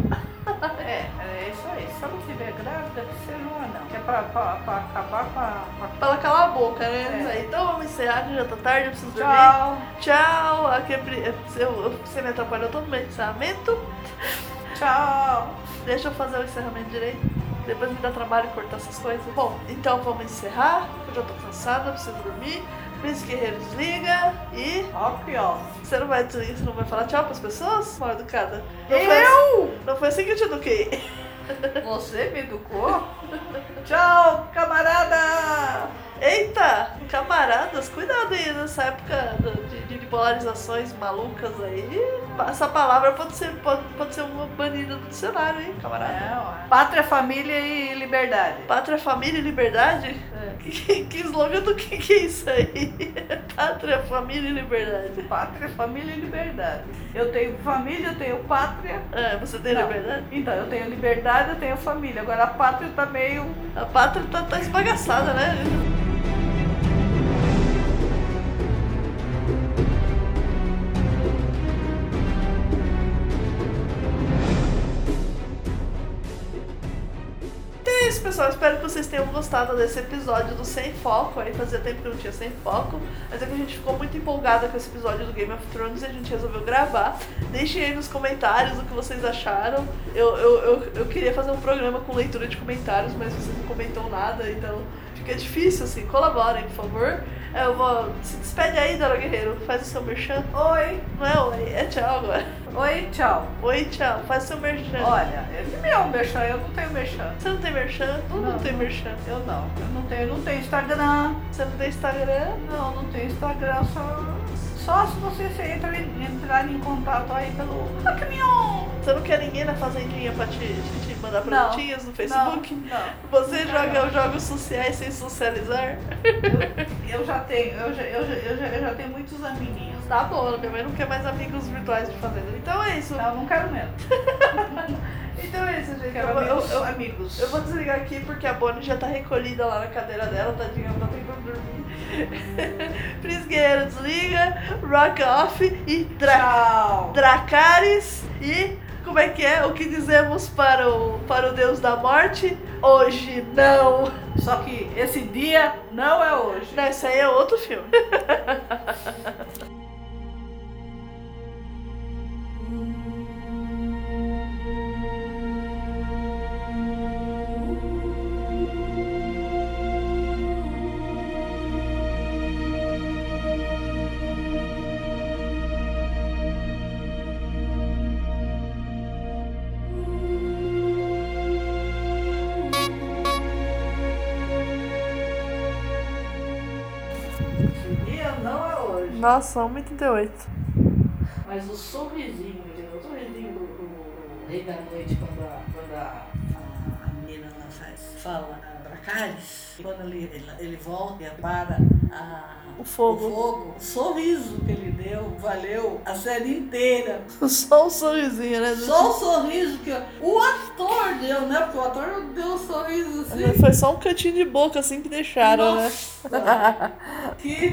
Speaker 2: É, é isso aí. Se ela estiver grávida, que seja um anão. Que é pra, pra, pra acabar com a. com a-
Speaker 1: Pra ela calar a boca, né?
Speaker 2: É.
Speaker 1: Então vamos encerrar, que já tá tarde, eu preciso dormir.
Speaker 2: Tchau.
Speaker 1: Tchau, é a Capri- eu- eu- você me atrapalhou todo o meu encerramento.
Speaker 2: Tchau.
Speaker 1: Deixa eu fazer o encerramento direito. Depois me dá trabalho cortar essas coisas. Bom, então vamos encerrar. Eu já tô cansada, preciso dormir. Príncipe Guerreiro desliga. E
Speaker 2: Ok, ó.
Speaker 1: você não vai desligar, você não vai falar tchau pras pessoas? Mal educada. Não foi assim-
Speaker 2: Eu?
Speaker 1: não foi assim que eu te eduquei.
Speaker 2: Você me educou? Tchau, camarada!
Speaker 1: Eita, camaradas, cuidado aí nessa época do- de, de polarizações malucas aí. Essa palavra pode ser, pode, pode ser uma banida do dicionário, hein, camarada?
Speaker 2: É, ó. Pátria, família e liberdade.
Speaker 1: Pátria, família e liberdade?
Speaker 2: É.
Speaker 1: Que, que slogan do que, que é isso aí? Pátria, família e liberdade.
Speaker 2: Pátria, família e liberdade. Eu tenho família, eu tenho pátria.
Speaker 1: É, você tem
Speaker 2: Não.
Speaker 1: liberdade?
Speaker 2: Então, eu tenho liberdade, eu tenho família. Agora a pátria tá meio.
Speaker 1: A pátria tá, tá esbagaçada, né? Então é isso, Pessoal, espero que vocês tenham gostado desse episódio do Sem Foco. Aí fazia tempo que não tinha Sem Foco, mas é que a gente ficou muito empolgada com esse episódio do Game of Thrones e a gente resolveu gravar. Deixem aí nos comentários o que vocês acharam. Eu, eu, eu, eu queria fazer um programa com leitura de comentários, mas vocês não comentam nada, então fica difícil assim. Colaborem, por favor. É, Eu vou. Se despede aí, Dora Guerreiro. Faz o seu merchan.
Speaker 2: Oi,
Speaker 1: Não é oi, é tchau agora.
Speaker 2: oi, tchau.
Speaker 1: Oi, tchau. Faz o seu merchan.
Speaker 2: Olha, esse meu é um merchan, eu não tenho merchan.
Speaker 1: Você não tem merchan? Todo
Speaker 2: Não.
Speaker 1: mundo tem merchan.
Speaker 2: Eu não, eu não tenho, não tenho Instagram.
Speaker 1: Você não tem Instagram?
Speaker 2: Não, não tenho Instagram, só, só se você se entra, entrar em contato aí pelo. Ah, caminhão!
Speaker 1: Você não quer ninguém na fazendinha pra te, te mandar
Speaker 2: Não.
Speaker 1: perguntinhas no Facebook?
Speaker 2: Não, não.
Speaker 1: Você
Speaker 2: Não.
Speaker 1: joga os jogos sociais sem socializar?
Speaker 2: Eu já tenho, eu já, eu já, eu já, eu já tenho muitos amiguinhos.
Speaker 1: Tá bom, minha mãe não quer mais amigos virtuais de fazenda. Então é isso.
Speaker 2: Não, eu não quero menos.
Speaker 1: Então é isso, gente.
Speaker 2: Quero
Speaker 1: Eu, vou- eu,
Speaker 2: amigos.
Speaker 1: eu,
Speaker 2: amigos.
Speaker 1: eu vou desligar aqui porque a Bonnie já tá recolhida lá na cadeira dela, tadinha, ela tá tentando dormir. Prisgueiro, desliga, rock off e dra
Speaker 2: Tchau.
Speaker 1: dracares e como é que é? O que dizemos para o, para o Deus da Morte? Hoje não!
Speaker 2: Só que esse dia não é hoje.
Speaker 1: Não, isso aí é outro filme.
Speaker 2: Esse dia não é hoje.
Speaker 1: Nossa, 1,38.
Speaker 2: Mas o sorrisinho, entendeu? O sorrisinho do, do- do rei da noite quando a, quando a, a, a menina lá faz, fala a Dracarys, e quando ele, ele, ele volta e apara a-
Speaker 1: O fogo.
Speaker 2: o fogo, o sorriso que ele deu valeu a série inteira.
Speaker 1: Só um sorrisinho, né?
Speaker 2: Só um o sorriso que o ator deu, né? Porque o ator deu um sorriso assim.
Speaker 1: Foi só um cantinho de boca assim que deixaram,
Speaker 2: Nossa,
Speaker 1: né?
Speaker 2: que,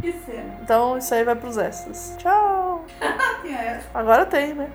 Speaker 2: que cena.
Speaker 1: Então isso aí vai pros extras. Tchau!
Speaker 2: Ah, tinha essa.
Speaker 1: Agora tem, né?